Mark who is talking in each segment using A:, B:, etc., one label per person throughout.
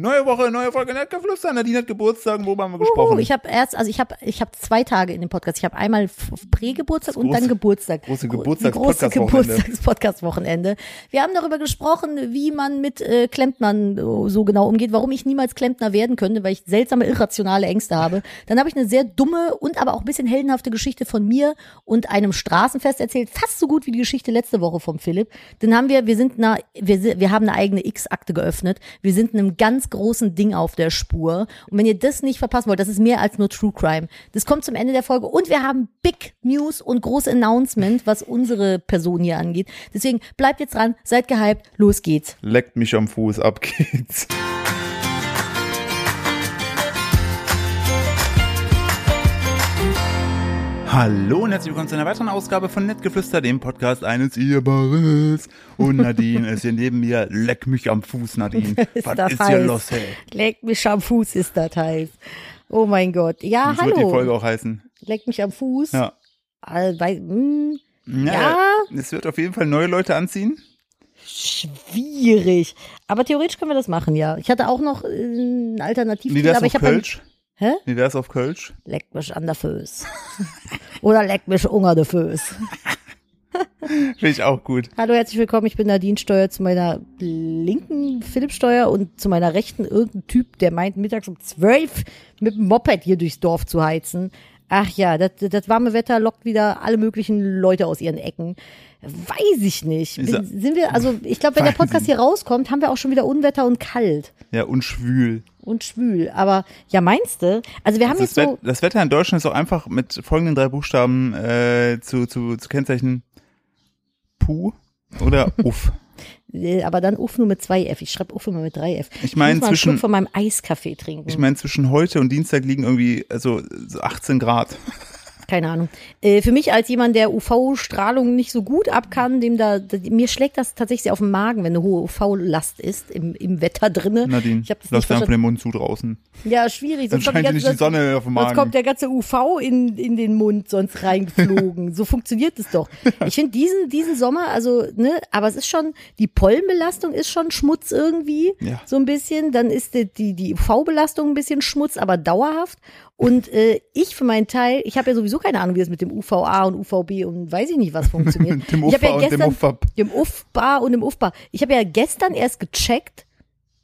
A: Neue Woche, neue Folge Nettgeflüster. Nadine hat Geburtstag, worüber haben wir gesprochen?
B: Oh, ich habe erst, also ich habe ich hab zwei Tage in dem Podcast. Ich habe einmal F- Prä-Geburtstag und
A: große-
B: dann Geburtstag.
A: große
B: Gro-
A: Geburtstagspodcast-Wochenende.
B: große Geburtstagspodcast-Wochenende. Wir haben darüber gesprochen, wie man mit äh, Klempnern äh, so genau umgeht, warum ich niemals Klempner werden könnte, weil ich seltsame, irrationale Ängste habe. Dann habe ich eine sehr dumme und aber auch ein bisschen heldenhafte Geschichte von mir und einem Straßenfest erzählt. Fast so gut wie die Geschichte letzte Woche vom Philipp. Dann haben wir, wir sind na, wir, si- wir haben eine eigene X-Akte geöffnet. Wir sind einem ganz großen Ding auf der Spur. Und wenn ihr das nicht verpassen wollt, das ist mehr als nur True Crime. Das kommt zum Ende der Folge. Und wir haben Big News und große Announcement, was unsere Person hier angeht. Deswegen bleibt jetzt dran, seid gehypt, los geht's.
A: Leckt mich am Fuß, ab geht's. Hallo und herzlich willkommen zu einer weiteren Ausgabe von Nettgeflüster, dem Podcast eines Ehebares. Und Nadine ist hier neben mir. Leck mich am Fuß, Nadine.
B: Ist
A: Was
B: das
A: ist hier
B: heiß.
A: los, hey?
B: Leck mich am Fuß ist das heiß. Oh mein Gott. Ja,
A: Das wird die Folge
B: hallo.
A: auch heißen.
B: Leck mich am Fuß.
A: Ja.
B: All- bei- mm,
A: Ja. Es wird auf jeden Fall neue Leute anziehen.
B: schwierig. Aber theoretisch können wir das machen, ja. Ich hatte auch noch äh, einen
A: Nee,
B: Alternativtitel,
A: der ist
B: aber
A: auf
B: ich habe
A: Kölsch.
B: Hä?
A: Nee, der ist auf Kölsch.
B: Leck mich an der Füß. Oder leck mich unter der Füß.
A: Finde ich auch gut.
B: Hallo, herzlich willkommen. Ich bin Nadine Steuer zu meiner linken Philipp Steuer und zu meiner rechten irgendein Typ, der meint, mittags um zwölf mit dem Moped hier durchs Dorf zu heizen. Ach ja, das, das warme Wetter lockt wieder alle möglichen Leute aus ihren Ecken. Weiß ich nicht.
A: Ist er-
B: Bin, sind wir, also ich glaube, wenn der
A: Weiß
B: Podcast hier rauskommt, haben wir auch schon wieder Unwetter und kalt
A: Ja, und schwül.
B: und schwül. Aber ja, meinst du? Also wir haben
A: Das,
B: jetzt so.
A: Wet- das Wetter in Deutschland ist auch einfach mit folgenden drei Buchstaben äh, zu, zu, zu kennzeichnen. Puh oder Uff.
B: Äh, aber dann Uff nur mit zwei F. Ich schreibe Uff immer mit drei F.
A: Ich meine
B: muss mal einen
A: zwischen-
B: Schluck von meinem Eiskaffee trinken.
A: Ich meine, zwischen heute und Dienstag liegen irgendwie also so 18 Grad.
B: Keine Ahnung. Äh, für mich als jemand, der UV-Strahlung nicht so gut ab kann, dem da, d- mir schlägt das tatsächlich auf den Magen, wenn eine hohe UV-Last ist im, im Wetter drinne.
A: Nadine,
B: ich habe
A: lass
B: das nicht
A: dir einfach
B: verstanden.
A: den Mund zu draußen.
B: Ja, schwierig.
A: Dann
B: Sonst
A: scheint
B: kommt die
A: dir
B: ganze-
A: nicht die Sonne auf den
B: Sonst
A: Magen.
B: kommt der ganze UV in, in den Mund sonst reingeflogen. so funktioniert es doch. Ich finde diesen, diesen Sommer, also, ne, aber es ist schon, die Pollenbelastung ist schon Schmutz irgendwie.
A: Ja.
B: So ein bisschen. Dann ist die, die, die UV-Belastung ein bisschen Schmutz, aber dauerhaft. Und äh, ich für meinen Teil, ich habe ja sowieso keine Ahnung, wie das mit dem UVA und UVB und weiß ich nicht, was funktioniert.
A: Mit dem
B: ich habe
A: UVA
B: ja
A: und dem
B: gestern
A: UVB.
B: im UFBA und im UFBA. Ich habe ja gestern erst gecheckt.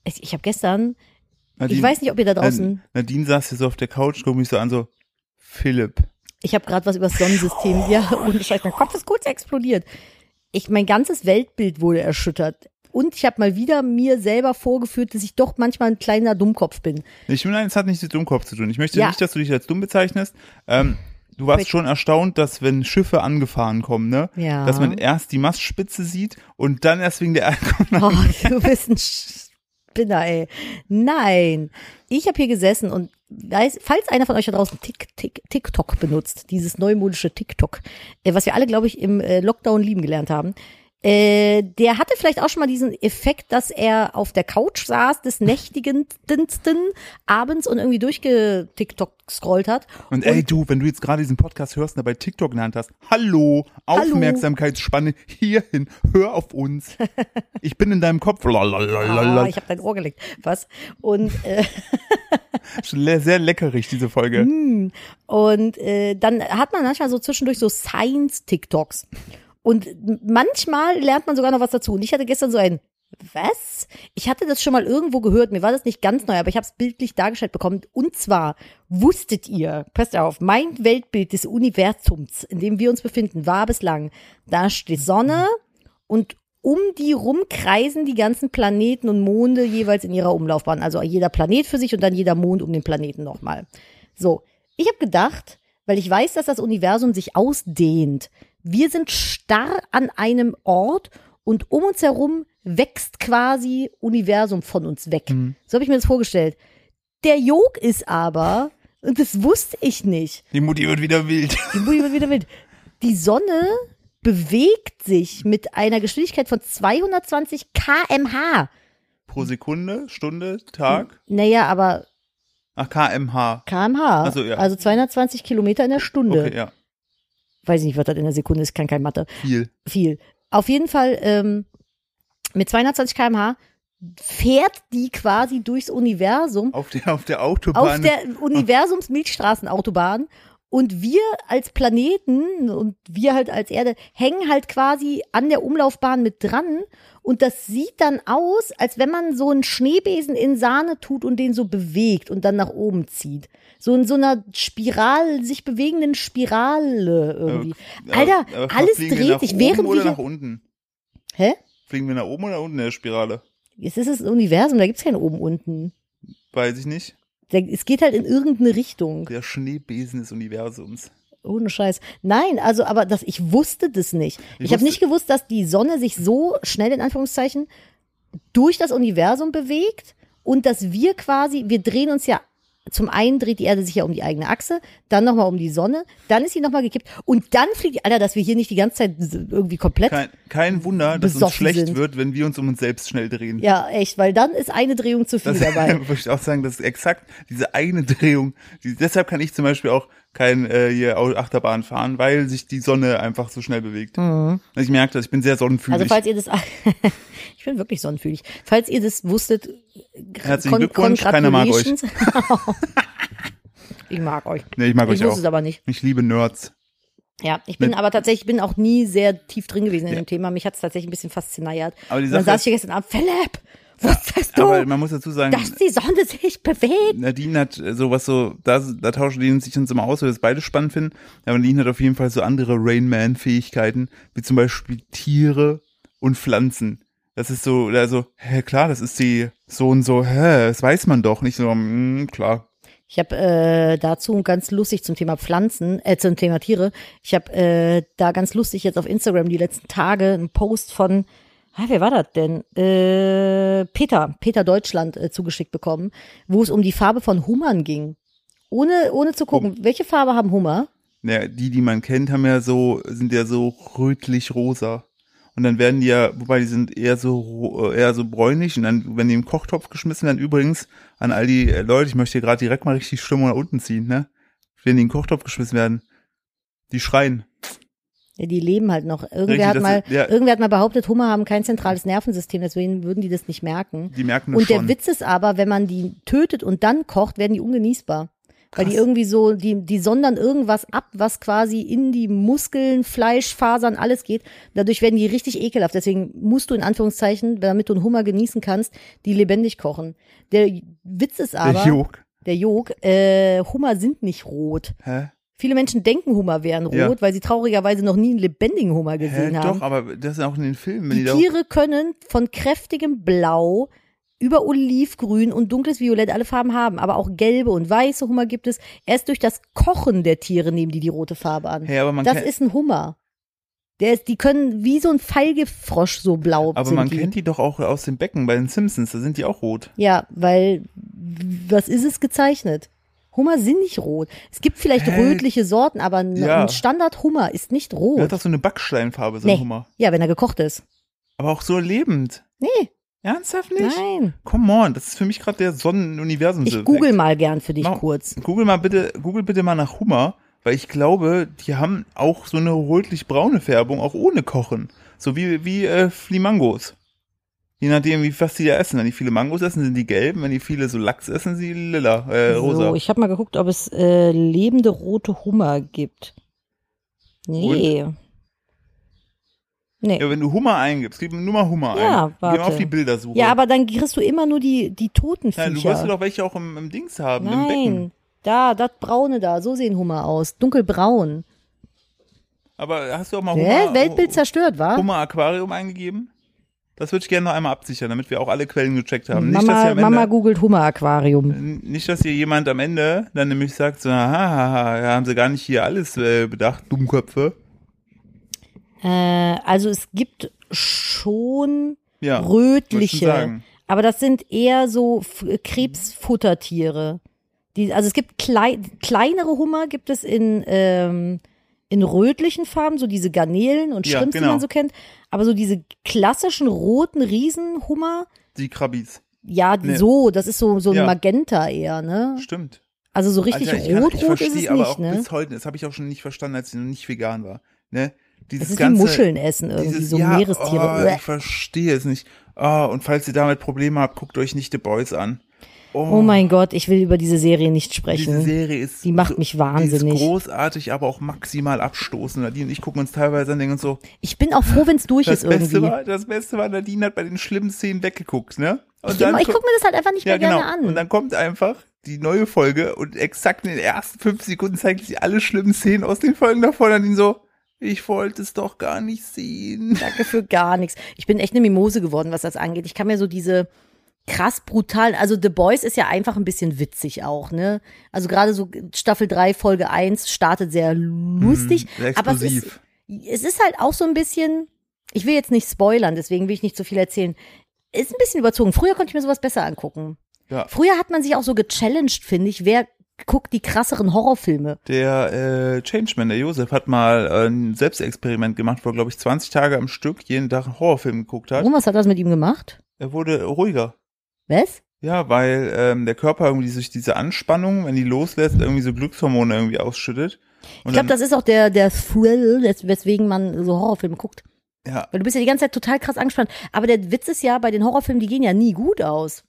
B: also, Ich ich habe gestern, ich weiß nicht, ob ihr
A: Äh,
B: da draußen
A: Nadine saß hier so auf der Couch, guck mich so an, so Philipp.
B: Ich habe gerade was über das Sonnensystem. Ja, ohne Scheiß. Mein Kopf ist kurz explodiert. Ich, mein ganzes Weltbild wurde erschüttert. Und ich habe mal wieder mir selber vorgeführt, dass ich doch manchmal ein kleiner Dummkopf bin.
A: Ich will, nein, es hat nichts mit Dummkopf zu tun. Ich möchte
B: Ja.
A: nicht, dass du dich als dumm bezeichnest. Ähm, du warst
B: Mit-
A: schon erstaunt, dass wenn Schiffe angefahren kommen, ne,
B: Ja.
A: dass man erst die Mastspitze sieht und dann erst wegen der Erdkunde.
B: Oh, du bist ein Spinner, ey. Nein. Ich habe hier gesessen und weiß, falls einer von euch da draußen Tik, Tik, TikTok benutzt, dieses neumodische TikTok, äh, was wir alle, glaube ich, im äh, Lockdown lieben gelernt haben, äh, der hatte vielleicht auch schon mal diesen Effekt, dass er auf der Couch saß des nächtigendsten abends und irgendwie durchgetiktok scrollt hat.
A: Und ey du, wenn du jetzt gerade diesen Podcast hörst und dabei TikTok genannt hast, hallo,
B: Hallo.
A: Aufmerksamkeitsspanne hierhin, hör auf uns. Ich bin in deinem Kopf.
B: Ah,
A: Lalalala.
B: ich habe dein Ohr gelegt. Was? Und äh,
A: Le- Sehr leckerig, diese Folge.
B: Mm. Und äh, dann hat man manchmal so zwischendurch so Science-TikToks. Und manchmal lernt man sogar noch was dazu. Und ich hatte gestern so ein was? Ich hatte das schon mal irgendwo gehört. Mir war das nicht ganz neu, aber ich habe es bildlich dargestellt bekommen. Und zwar wusstet ihr, passt auf, mein Weltbild des Universums, in dem wir uns befinden, war bislang, da steht die Sonne und um die rum kreisen die ganzen Planeten und Monde jeweils in ihrer Umlaufbahn. Also jeder Planet für sich und dann jeder Mond um den Planeten nochmal. So, ich habe gedacht, weil ich weiß, dass das Universum sich ausdehnt. Wir sind starr an einem Ort und um uns herum wächst quasi Universum von uns weg. So habe ich mir das vorgestellt. Der Jog ist aber, und das wusste ich nicht,
A: Die Mutti wird wieder wild.
B: die Mutti wird wieder wild. Die Sonne bewegt sich mit einer Geschwindigkeit von 220 kmh.
A: Pro Sekunde, Stunde,
B: Hm.
A: Tag.
B: Naja, aber
A: Ach, kmh.
B: kmh,
A: Ach so, ja.
B: also 220 Kilometer in der Stunde.
A: Okay, ja,
B: Weiß ich nicht, was das in der Sekunde ist, kann kein Mathe.
A: viel.
B: viel. Auf jeden Fall ähm, mit 220 km/h fährt die quasi durchs Universum,
A: Auf der, auf der
B: auf
A: Autobahn.
B: der Universums-Milchstraßenautobahn. Und wir als Planeten und wir halt als Erde hängen halt quasi an der Umlaufbahn mit dran. Und das sieht dann aus, als wenn man so einen Schneebesen in Sahne tut und den so bewegt und dann nach oben zieht. So in so einer Spiral, sich bewegenden Spirale irgendwie.
A: Aber-
B: Alter,
A: aber
B: alles
A: fliegen wir
B: dreht
A: nach
B: sich,
A: oben
B: während wir
A: oder
B: hier-
A: nach unten.
B: Hä?
A: Fliegen wir nach oben oder unten in der Spirale?
B: Es ist das Universum, da gibt's kein oben unten.
A: Weiß ich nicht.
B: Da- Es geht halt in irgendeine Richtung.
A: Der Schneebesen des Universums.
B: Ohne Scheiß. Nein, also aber das, ich wusste das nicht.
A: Ich
B: Ich, hab
A: wusste-
B: habe nicht gewusst, dass die Sonne sich so schnell in Anführungszeichen durch das Universum bewegt und dass wir quasi, wir drehen uns ja, zum einen dreht die Erde sich ja um die eigene Achse, dann nochmal um die Sonne, dann ist sie nochmal gekippt und dann fliegt die, Alter, dass wir hier nicht die ganze Zeit irgendwie komplett.
A: Kein, kein Wunder, dass uns
B: Besoffen
A: schlecht
B: sind.
A: wird, wenn wir uns um uns selbst schnell drehen.
B: ja, echt, weil dann ist eine Drehung zu viel
A: Das
B: dabei.
A: würde ich auch sagen, das ist exakt diese eine Drehung. Die, deshalb kann ich zum Beispiel auch kein äh, hier Au- Achterbahn fahren, weil sich die Sonne einfach so schnell bewegt. Also ich merke das, ich bin sehr sonnenfühlig.
B: Mhm. Also falls ihr das, ich bin wirklich sonnenfühlig. Falls ihr das wusstet,
A: Herzlichen Glückwunsch, keiner mag euch.
B: congratulations. ich mag euch.
A: nee, ich mag
B: Ich
A: euch
B: wusste
A: auch.
B: es aber nicht.
A: Ich liebe Nerds.
B: Ja, ich bin
A: Mit-
B: aber tatsächlich, ich bin auch nie sehr tief drin gewesen in
A: Ja.
B: dem Thema. Mich hat es tatsächlich ein bisschen fasziniert.
A: Aber die
B: Und dann
A: Sache
B: saß ich hier gestern Abend, Philipp, wusstest
A: Aber
B: du,
A: man muss dazu sagen,
B: dass die Sonne sich bewegt?
A: Nadine hat äh, sowas so, da, da tauschen die sich uns immer aus, weil wir das beide spannend finden. Aber Nadine hat auf jeden Fall so andere Rain Man-Fähigkeiten, wie zum Beispiel Tiere und Pflanzen. Das ist so, also, hä, klar, das ist die so und so, hä, das weiß man doch. Nicht so, mm, klar.
B: Ich habe äh, dazu ganz lustig zum Thema Pflanzen, äh, zum Thema Tiere. Ich habe äh, da ganz lustig jetzt auf Instagram die letzten Tage einen Post von, ah, wer war das denn? Äh, Peter, Peter Deutschland äh, zugeschickt bekommen, wo es um die Farbe von Hummern ging. Ohne, ohne zu gucken,
A: Oh.
B: welche Farbe haben Hummer?
A: Naja, die, die man kennt, haben ja so, sind ja so rötlich-rosa. Und dann werden die ja, wobei die sind eher so, ro- äh, eher so bräunlich und dann, wenn die im Kochtopf geschmissen werden, übrigens an all die äh, Leute, ich möchte hier gerade direkt mal richtig Stimmung nach unten ziehen, ne? Wenn die in den Kochtopf geschmissen werden, die schreien.
B: Ja, die leben halt noch. Irgendwer,
A: Richtig,
B: hat
A: das
B: mal,
A: ist- ja.
B: irgendwer hat mal behauptet, Hummer haben kein zentrales Nervensystem, deswegen würden die das nicht merken.
A: Die merken das
B: Und der
A: schon.
B: Witz ist aber, wenn man die tötet und dann kocht, werden die ungenießbar. Weil die irgendwie so, die, die sondern irgendwas ab, was quasi in die Muskeln, Fleisch, Fasern, alles geht. Dadurch werden die richtig ekelhaft. Deswegen musst du in Anführungszeichen, damit du einen Hummer genießen kannst, die lebendig kochen. Der Witz ist aber,
A: der Jog.
B: der Jog, äh, Hummer sind nicht rot.
A: Hä?
B: Viele Menschen denken, Hummer wären rot,
A: Ja.
B: weil sie traurigerweise noch nie einen lebendigen Hummer
A: Hä?
B: gesehen
A: Doch,
B: haben.
A: aber das ist auch in den Filmen, wenn die,
B: Die
A: da.
B: Tiere können von kräftigem Blau über Olivgrün und dunkles Violett alle Farben haben, aber auch gelbe und weiße Hummer gibt es. Erst durch das Kochen der Tiere nehmen die die rote Farbe an.
A: Hä, aber man
B: das
A: kann-
B: ist ein Hummer. Der ist, die können wie so ein Pfeilgefrosch so blau
A: aber
B: sind
A: man
B: die.
A: kennt die doch auch aus dem Becken bei den Simpsons, da sind die auch rot.
B: Ja, weil was ist es gezeichnet? Hummer sind nicht rot. Es gibt vielleicht
A: Hä?
B: rötliche Sorten, aber ein-
A: Ja.
B: ein Standard-Hummer ist nicht
A: Der
B: rot.
A: hat doch so eine Backsteinfarbe, so
B: Nee.
A: ein Hummer.
B: Ja, wenn er gekocht ist.
A: Aber auch so lebend.
B: Nee,
A: Ernsthaft nicht?
B: nein.
A: Come on, das ist für mich gerade der Sonnenuniversum.
B: Ich google mal gern für dich
A: Mach-
B: kurz.
A: Google mal bitte, google bitte mal nach Hummer, weil ich glaube, die haben auch so eine rötlich-braune Färbung, auch ohne Kochen. So wie, wie äh, Flimangos. Je nachdem, wie was die da essen. Wenn die viele Mangos essen, sind die gelben. Wenn die viele so Lachs essen, sind die lila, äh, rosa.
B: So, ich habe mal geguckt, ob es äh, lebende rote Hummer gibt. Nee. Nee.
A: ja, wenn du Hummer eingibst, gib nur mal Hummer
B: Ja,
A: ein. Geh mal auf
B: warte.
A: die Bildersuche.
B: Ja, aber dann kriegst du immer nur die, die toten Viecher.
A: Nein, du wirst ja doch welche auch im, im Dings haben, im Becken.
B: Nein. Da, das braune da, so sehen Hummer aus. Dunkelbraun.
A: Aber hast du auch mal
B: Hä?
A: Hummer? Oh,
B: Weltbild zerstört, war?
A: Hummer Aquarium eingegeben? Das würde ich gerne noch einmal absichern, damit wir auch alle Quellen gecheckt haben. nicht, dass
B: Mama,
A: hier am
B: Mama
A: Ende,
B: googelt Hummer-Aquarium.
A: n- nicht, dass hier jemand am Ende dann nämlich sagt, so, haha, haben sie gar nicht hier alles äh, bedacht, Dummköpfe.
B: Äh, also es gibt schon
A: Ja, würd ich schon
B: rötliche,
A: sagen.
B: aber das sind eher so F Krebsfuttertiere. Die, also es gibt klei kleinere Hummer, gibt es in, ähm, in rötlichen Farben, so diese Garnelen und
A: Ja,
B: Schrimps, die
A: genau.
B: man so kennt. Aber so diese klassischen roten Riesenhummer,
A: die Krabbis.
B: ja, die
A: Nee.
B: so, das ist so, so ein
A: Ja.
B: Magenta eher, ne?
A: Stimmt.
B: Also so richtig
A: Alter, ich kann- ich
B: rot-rot
A: verstehe
B: ist es
A: aber auch
B: nicht, ne?
A: bis heute, das habe ich auch schon nicht verstanden, als ich noch nicht vegan war. Ne? Dieses
B: Das ist wie
A: ganze,
B: Muscheln essen irgendwie,
A: dieses,
B: so
A: ja,
B: Meerestiere.
A: Oh,
B: Uäh.
A: ich verstehe es nicht. Ah, und falls ihr damit Probleme habt, guckt euch nicht The Boys an.
B: Oh mein Gott, ich will über diese Serie nicht sprechen.
A: Diese Serie ist
B: Die macht mich
A: Die ist
B: wahnsinnig.
A: großartig, aber auch maximal abstoßend. Nadine und ich gucken uns teilweise an und denken uns so,
B: Ich bin auch froh, wenn es durch
A: das
B: ist
A: Beste,
B: irgendwie.
A: war, das Beste war, Nadine hat bei den schlimmen Szenen weggeguckt, ne? Und
B: Ich, geh mal- ich
A: gu-
B: gucke mir das halt einfach nicht
A: ja,
B: mehr
A: genau.
B: gerne an.
A: Und dann kommt einfach die neue Folge und exakt in den ersten fünf Sekunden zeigt sie alle schlimmen Szenen aus den Folgen davor. Und Nadine so, ich wollte es doch gar nicht sehen.
B: Danke für gar nichts. Ich bin echt eine Mimose geworden, was das angeht. Ich kann mir so diese krass brutalen, also The Boys ist ja einfach ein bisschen witzig auch, ne? Also gerade so Staffel 3, Folge 1 startet sehr lustig,
A: Mhm, Sehr
B: aber es ist,
A: explosiv.
B: es ist halt auch so ein bisschen, ich will jetzt nicht spoilern, deswegen will ich nicht so viel erzählen. Ist ein bisschen überzogen. Früher konnte ich mir sowas besser angucken.
A: Ja.
B: Früher hat man sich auch so gechallenged, finde ich, wer guckt die krasseren Horrorfilme.
A: Der äh, Changeman, der Josef, hat mal äh, ein Selbstexperiment gemacht, wo er, glaube ich, 20 Tage am Stück jeden Tag einen Horrorfilm geguckt hat.
B: Warum, was hat das mit ihm gemacht?
A: Er wurde ruhiger.
B: Was?
A: Ja, weil ähm, der Körper irgendwie durch diese Anspannung, wenn die loslässt, irgendwie so Glückshormone irgendwie ausschüttet.
B: Ich glaube, das ist auch der, der Thrill, des- weswegen man so Horrorfilme guckt.
A: das ja,
B: Weil du bist ja die ganze Zeit total krass angespannt. Aber der Witz ist ja, bei den Horrorfilmen, die gehen ja nie gut aus.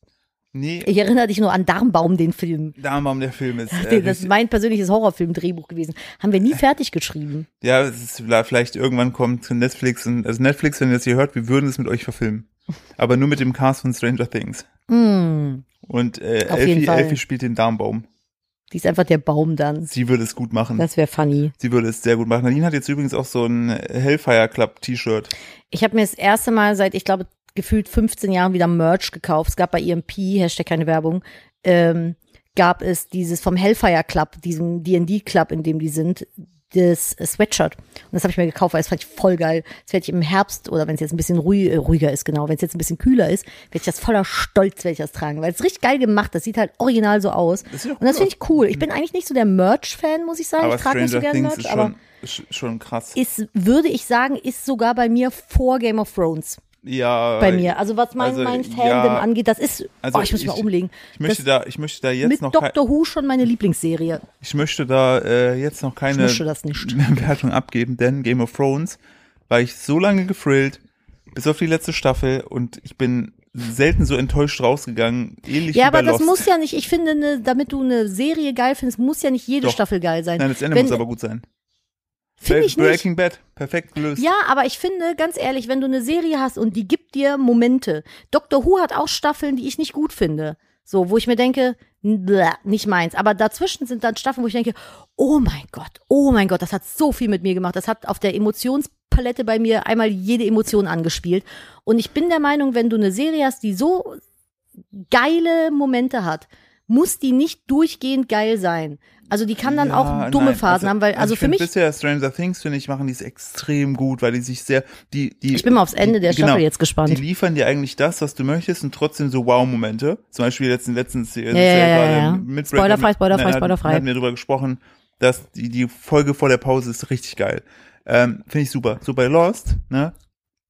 A: nee,
B: Ich erinnere dich nur an Darmbaum, den Film.
A: Darmbaum, der Film ist. Äh,
B: das ist
A: richtig-
B: mein persönliches Horrorfilm-Drehbuch gewesen. Haben wir nie fertig geschrieben.
A: ja, es ist vielleicht- vielleicht irgendwann kommt zu Netflix und also Netflix, wenn ihr das hier hört, wir würden es mit euch verfilmen. Aber nur mit dem Cast von Stranger Things.
B: Hm.
A: Und äh,
B: Auf jeden
A: Elfie,
B: Fall.
A: Elfie spielt den Darmbaum.
B: Die ist einfach der Baum dann.
A: Sie würde es gut machen.
B: Das wäre funny.
A: Sie würde es sehr gut machen. Nadine hat jetzt übrigens auch so ein Hellfire Club T-Shirt.
B: Ich habe mir das erste Mal seit, ich glaube, gefühlt 15 Jahren wieder Merch gekauft. Es gab bei EMP, Hashtag keine Werbung, ähm, gab es dieses vom Hellfire Club, diesem D&D Club, in dem die sind, das äh, Sweatshirt. Und das habe ich mir gekauft, weil das fand ich voll geil. Das werde ich im Herbst oder wenn es jetzt ein bisschen ruhi- äh, ruhiger ist, genau, wenn es jetzt ein bisschen kühler ist, werde ich das voller Stolz, werde ich das tragen. Weil es ist richtig geil gemacht, das sieht halt original so aus.
A: Das sieht doch
B: Und das
A: cool Mhm.
B: finde ich cool. Ich bin eigentlich nicht so der Merch-Fan, muss ich sagen.
A: aber
B: ich trage nicht so
A: Stranger
B: gerne
A: Things
B: Merch,
A: ist
B: aber
A: schon, ist schon krass.
B: ist, würde ich sagen, ist sogar bei mir vor Game of Thrones
A: ja,
B: bei mir. Also was mein,
A: also,
B: mein
A: ja,
B: Fandom angeht, das ist,
A: also
B: oh, ich muss mich
A: ich-
B: mal umlegen.
A: Ich möchte da, ich möchte da
B: das,
A: jetzt
B: mit
A: noch, kein-
B: Doctor Who schon meine Lieblingsserie.
A: ich möchte da äh, jetzt noch keine
B: möchte das nicht.
A: Wertung abgeben, denn Game of Thrones war ich so lange gefrillt, bis auf die letzte Staffel und ich bin selten so enttäuscht rausgegangen. Ähnlich
B: Ja,
A: wie bei
B: aber das
A: Lost.
B: muss ja nicht, ich finde, ne, damit du eine Serie geil findest, muss ja nicht jede
A: Doch.
B: Staffel geil sein.
A: Nein, das Ende
B: Wenn-
A: muss aber gut sein.
B: Finde ich nicht.
A: Breaking Bad, perfekt gelöst.
B: Ja, aber ich finde, ganz ehrlich, wenn du eine Serie hast und die gibt dir Momente. Doctor Who hat auch Staffeln, die ich nicht gut finde. So, wo ich mir denke, n- bläh, nicht meins. Aber dazwischen sind dann Staffeln, wo ich denke, oh mein Gott, oh mein Gott, das hat so viel mit mir gemacht. Das hat auf der Emotionspalette bei mir einmal jede Emotion angespielt. Und ich bin der Meinung, wenn du eine Serie hast, die so geile Momente hat, muss die nicht durchgehend geil sein. Also die kann dann
A: Ja,
B: auch dumme
A: nein,
B: Phasen haben, weil, also
A: ich
B: für
A: find
B: mich
A: Bisher Stranger Things, finde ich, machen die es extrem gut, weil die sich sehr, die, die.
B: Ich bin mal aufs Ende der
A: die- genau,
B: Staffel jetzt gespannt.
A: Die liefern dir eigentlich das, was du möchtest und trotzdem so Wow-Momente. Zum Beispiel jetzt in letzten Szenen.
B: ja, ja, ja, ja.
A: Mit Breaking-
B: Spoilerfrei, spoilerfrei,
A: Nein,
B: spoilerfrei.
A: hatten- hatten wir drüber gesprochen, dass die, die Folge vor der Pause ist richtig geil. Ähm, finde ich super. So bei Lost, ne?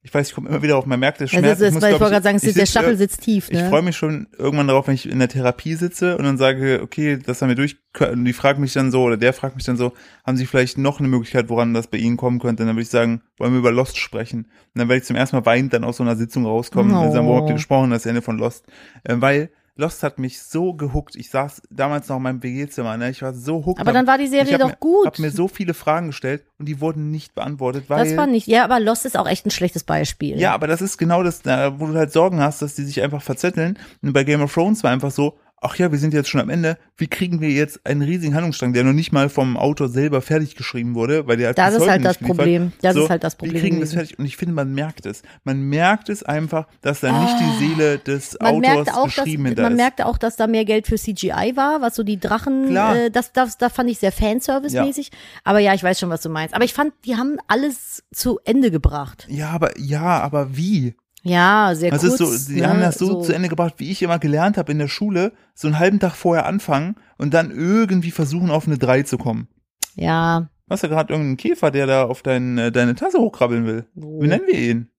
A: Ich weiß, ich komme immer wieder auf, man merkt der Schmerz.
B: Das ist,
A: ich muss,
B: weil ich
A: glaub
B: wollte gerade sagen, Also es
A: ich äh,
B: ist, der
A: sitz-
B: Stachel sitzt tief.
A: ich
B: Ne?
A: freue mich schon irgendwann darauf, wenn ich in der Therapie sitze und dann sage, okay, das haben wir durch. Und die fragt mich dann so, oder der fragt mich dann so, haben Sie vielleicht noch eine Möglichkeit, woran das bei Ihnen kommen könnte? Und dann würde ich sagen, wollen wir über Lost sprechen? Und dann werde ich zum ersten Mal weinend dann aus so einer Sitzung rauskommen und dann sagen,
B: Oh.
A: worüber habt ihr gesprochen, das Ende von Lost? Äh, weil Lost hat mich so gehuckt. Ich saß damals noch in meinem WG-Zimmer, ne? ich war so hooked.
B: aber dann war die
A: ich
B: Serie
A: hab
B: doch
A: mir,
B: gut.
A: habe mir so viele Fragen gestellt und die wurden nicht beantwortet, weil
B: das war nicht. Ja, aber Lost ist auch echt ein schlechtes Beispiel.
A: ja, aber das ist genau das, na, wo du halt Sorgen hast, dass die sich einfach verzetteln. Und bei Game of Thrones war einfach so, ach ja, wir sind jetzt schon am Ende, wie kriegen wir jetzt einen riesigen Handlungsstrang, der noch nicht mal vom Autor selber fertig geschrieben wurde, weil der halt
B: Das
A: bis
B: ist
A: heute
B: halt
A: nicht
B: das
A: geliefert.
B: Problem. Das
A: So,
B: ist halt das
A: Wie
B: Problem.
A: kriegen wir es
B: gewesen.
A: fertig? Und ich finde, man merkt es. Man merkt es einfach, dass da nicht die Seele des
B: Ah. Man
A: Autors
B: merkte, auch, dass,
A: geschrieben hinter
B: man
A: ist.
B: merkte auch, dass da mehr Geld für CGI war, was so die Drachen,
A: Klar.
B: äh, das, das, da fand ich sehr Fanservice-mäßig. Aber ja, ich weiß schon, was du meinst. Aber ich fand, die haben alles zu Ende gebracht.
A: ja, aber ja, aber wie?
B: Ja, sehr
A: Also
B: kurz.
A: es ist so, die
B: ne?
A: haben das so, zu Ende gebracht, wie ich immer gelernt habe in der Schule, so einen halben Tag vorher anfangen und dann irgendwie versuchen, auf eine 3 zu kommen.
B: Ja,
A: Du hast ja gerade irgendeinen Käfer, der da auf dein, äh, deine Tasse hochkrabbeln will.
B: Wo?
A: Wie nennen wir ihn?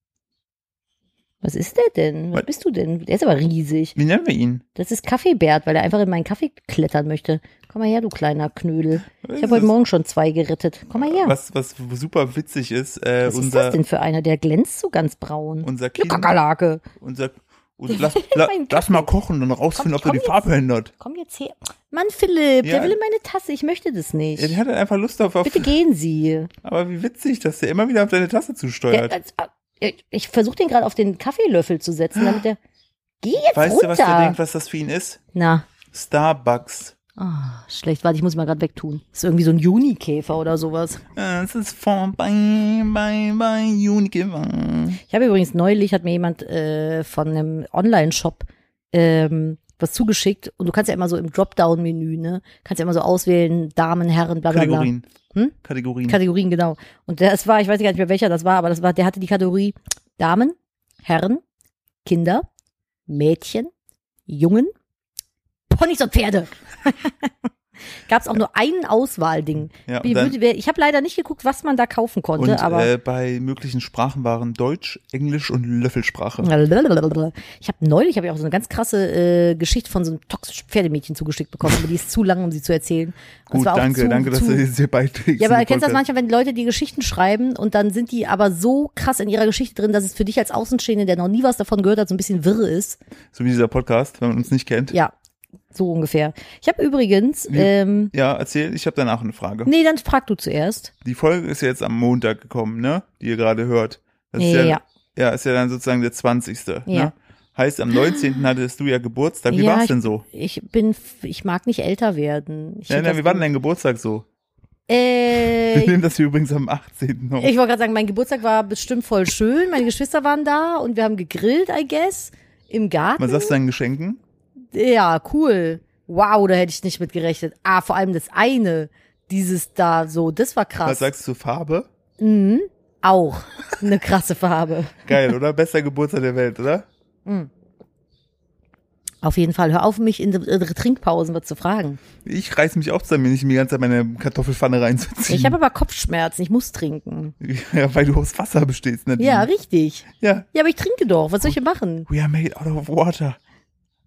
B: Was ist der denn? Was
A: Weil-
B: bist du denn? Der ist aber riesig.
A: Wie nennen wir ihn?
B: Das ist Kaffeebärt, weil er einfach in meinen Kaffee klettern möchte. Komm mal her, du kleiner Knödel. Ich habe heute Morgen schon zwei gerettet. Komm mal her. Was,
A: Was, was super witzig ist, äh,
B: ist das
A: unser,
B: denn für einer? Der glänzt so ganz braun.
A: unser
B: Eine
A: Kind,
B: Kakerlake.
A: unser, und lass, la,
B: Mein
A: lass mal kochen und rausfinden, ob
B: Komm,
A: er
B: komm
A: die
B: jetzt.
A: Farbe ändert.
B: Komm jetzt her. Mann, Philipp,
A: Ja.
B: der will in meine Tasse. Ich möchte das nicht.
A: Er hat halt einfach Lust auf, auf
B: Bitte gehen Sie.
A: aber wie witzig, dass der immer wieder auf deine Tasse
B: Der,
A: zusteuert.
B: das, ich ich versuche den gerade auf den Kaffeelöffel zu setzen, damit der. Geh jetzt
A: weißt
B: runter.
A: du, was der denkt, was das für ihn ist?
B: Na.
A: Starbucks.
B: Ah, schlecht. Warte, ich muss mal gerade wegtun. Ist irgendwie so ein Junikäfer oder sowas.
A: Äh, Es ist vorbei, bye, bye, Unicorn.
B: Ich habe übrigens neulich, hat mir jemand äh, von einem Online-Shop ähm, was zugeschickt. Und du kannst ja immer so im Dropdown-Menü, ne? Kannst ja immer so auswählen, Damen, Herren, bla bla bla.
A: Kategorien.
B: Hm?
A: Kategorien.
B: Kategorien, genau. Und das war, ich weiß gar nicht mehr welcher das war, aber das war, der hatte die Kategorie Damen, Herren, Kinder, Mädchen, Jungen, Ponys und Pferde. Gab es auch nur einen Auswahlding.
A: ja, und
B: Wie
A: dann,
B: würde wer- Ich habe leider nicht geguckt, was man da kaufen
A: und
B: konnte, aber.
A: äh, bei möglichen Sprachen waren Deutsch, Englisch und Löffelsprache.
B: Blablabla. Ich habe neulich hab ich auch so eine ganz krasse äh, Geschichte von so einem toxischen Pferdemädchen zugeschickt bekommen, aber die ist zu lang, um sie zu erzählen. Und es
A: Gut,
B: war auch
A: danke,
B: zu,
A: danke, dass
B: zu,
A: du diese beiträgst.
B: Ja, aber
A: in den
B: erkennst du das
A: Podcast.
B: manchmal, wenn Leute die Geschichten schreiben und dann sind die aber so krass in ihrer Geschichte drin, dass es für dich als Außenstehende, der noch nie was davon gehört hat, so ein bisschen wirre ist.
A: So wie dieser Podcast, wenn man uns nicht kennt.
B: Ja, so ungefähr. Ich habe übrigens,
A: Wie-
B: ähm,
A: Ja, erzähl, ich habe danach eine Frage.
B: nee, dann frag du zuerst.
A: Die Folge ist ja jetzt am Montag gekommen, ne? Die ihr gerade hört. Das ist ja,
B: Ja.
A: ja, ist ja dann sozusagen der 20. Ne?
B: Ja.
A: Heißt, am 19. hattest du ja Geburtstag. Wie
B: Ja,
A: war's
B: ich-
A: denn so?
B: Ich bin, f- ich mag nicht älter werden. Ich
A: Nein,
B: find
A: nein,
B: das
A: wie war denn
B: gut.
A: dein Geburtstag so? Wir
B: Äh,
A: nehmen das hier übrigens am 18. auf.
B: ich wollte gerade sagen, mein Geburtstag war bestimmt voll schön. Meine Geschwister waren da und wir haben gegrillt, I guess, im Garten.
A: Was sagst du deinen Geschenken?
B: Ja, cool. Wow, da hätte ich nicht mit gerechnet. Ah, vor allem das eine, dieses da so, das war
A: Was
B: krass.
A: sagst du zur Farbe?
B: Mhm, auch eine krasse Farbe.
A: Geil, oder? Bester Geburtstag der Welt, oder?
B: Auf jeden Fall, hör auf, mich in ihre Trinkpausen was zu fragen.
A: Ich reiß mich auch zusammen, mir nicht die ganze Zeit meine Kartoffelpfanne reinzuziehen.
B: Ich habe aber Kopfschmerzen, ich muss trinken.
A: ja, weil du aus Wasser bestehst, Nadine.
B: Ja, richtig.
A: ja.
B: Ja, aber ich trinke doch. Was soll ich denn machen?
A: We are made out of water.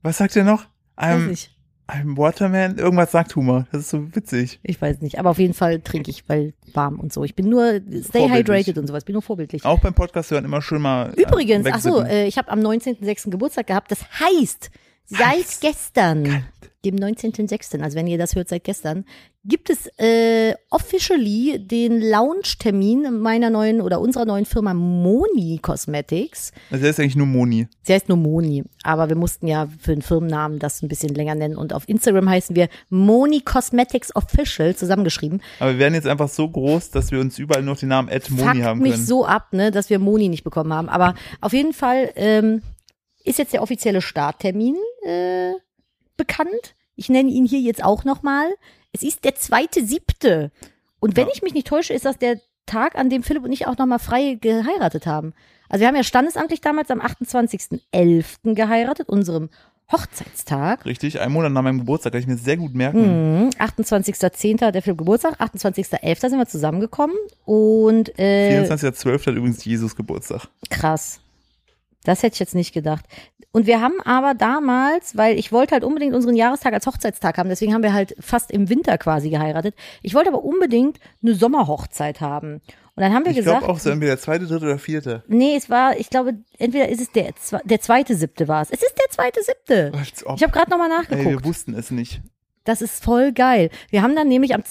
A: Was sagt er noch?
B: Weiß
A: I'm,
B: nicht.
A: I'm Waterman. Irgendwas sagt Humor. Das ist so witzig.
B: Ich weiß nicht. Aber auf jeden Fall trinke ich, weil warm und so. Ich bin nur stay
A: Vorbildlich.
B: hydrated und sowas. Bin nur vorbildlich.
A: Auch beim Podcast hören immer schön mal. äh,
B: Übrigens, ach so,
A: wegsippen.
B: äh, ich habe am 19.06. Geburtstag gehabt. Das heißt, seit
A: Heißt.
B: gestern, dem 19.06., also wenn ihr das hört, seit gestern, gibt es äh, officially den Launch-Termin meiner neuen oder unserer neuen Firma Moni Cosmetics.
A: Also der ist eigentlich nur Moni.
B: Sie heißt nur Moni, aber wir mussten ja für den Firmennamen das ein bisschen länger nennen und auf Instagram heißen wir Moni Cosmetics Official zusammengeschrieben.
A: Aber wir werden jetzt einfach so groß, dass wir uns überall nur den Namen Ed Moni
B: Fuckt
A: haben
B: mich
A: können.
B: so ab, ne, dass wir Moni nicht bekommen haben. Aber auf jeden Fall ähm, ist jetzt der offizielle Starttermin äh, bekannt. Ich nenne ihn hier jetzt auch nochmal. Es ist der zweite siebte. Und wenn
A: Ja.
B: ich mich nicht täusche, ist das der Tag, an dem Philipp und ich auch nochmal frei geheiratet haben. Also wir haben ja standesamtlich damals am 28.11. geheiratet, unserem Hochzeitstag.
A: Richtig, einen Monat nach meinem Geburtstag kann ich mir sehr gut merken.
B: Mhm. 28.10. hat der Philipp Geburtstag, 28.11. sind wir zusammengekommen und äh,
A: 24.12. hat übrigens Jesus Geburtstag.
B: Krass. Das hätte ich jetzt nicht gedacht. Und wir haben aber damals, weil ich wollte halt unbedingt unseren Jahrestag als Hochzeitstag haben, deswegen haben wir halt fast im Winter quasi geheiratet. Ich wollte aber unbedingt eine Sommerhochzeit haben. Und dann haben wir
A: Ich
B: gesagt,
A: glaube auch so entweder der zweite, dritte oder vierte.
B: nee, es war, ich glaube, entweder ist es der, zwe- der zweite siebte war es. Es ist der zweite siebte.
A: Als ob.
B: Ich habe gerade nochmal
A: Ey, wir
B: nachgeguckt.
A: wussten es nicht.
B: Das ist voll geil. Wir haben dann nämlich am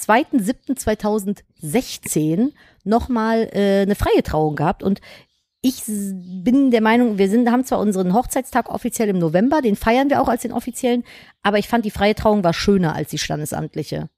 B: 2.7.2016 nochmal äh, eine freie Trauung gehabt und ich s- bin der Meinung, wir sind, haben zwar unseren Hochzeitstag offiziell im November, den feiern wir auch als den offiziellen, aber ich fand die freie Trauung war schöner als die standesamtliche.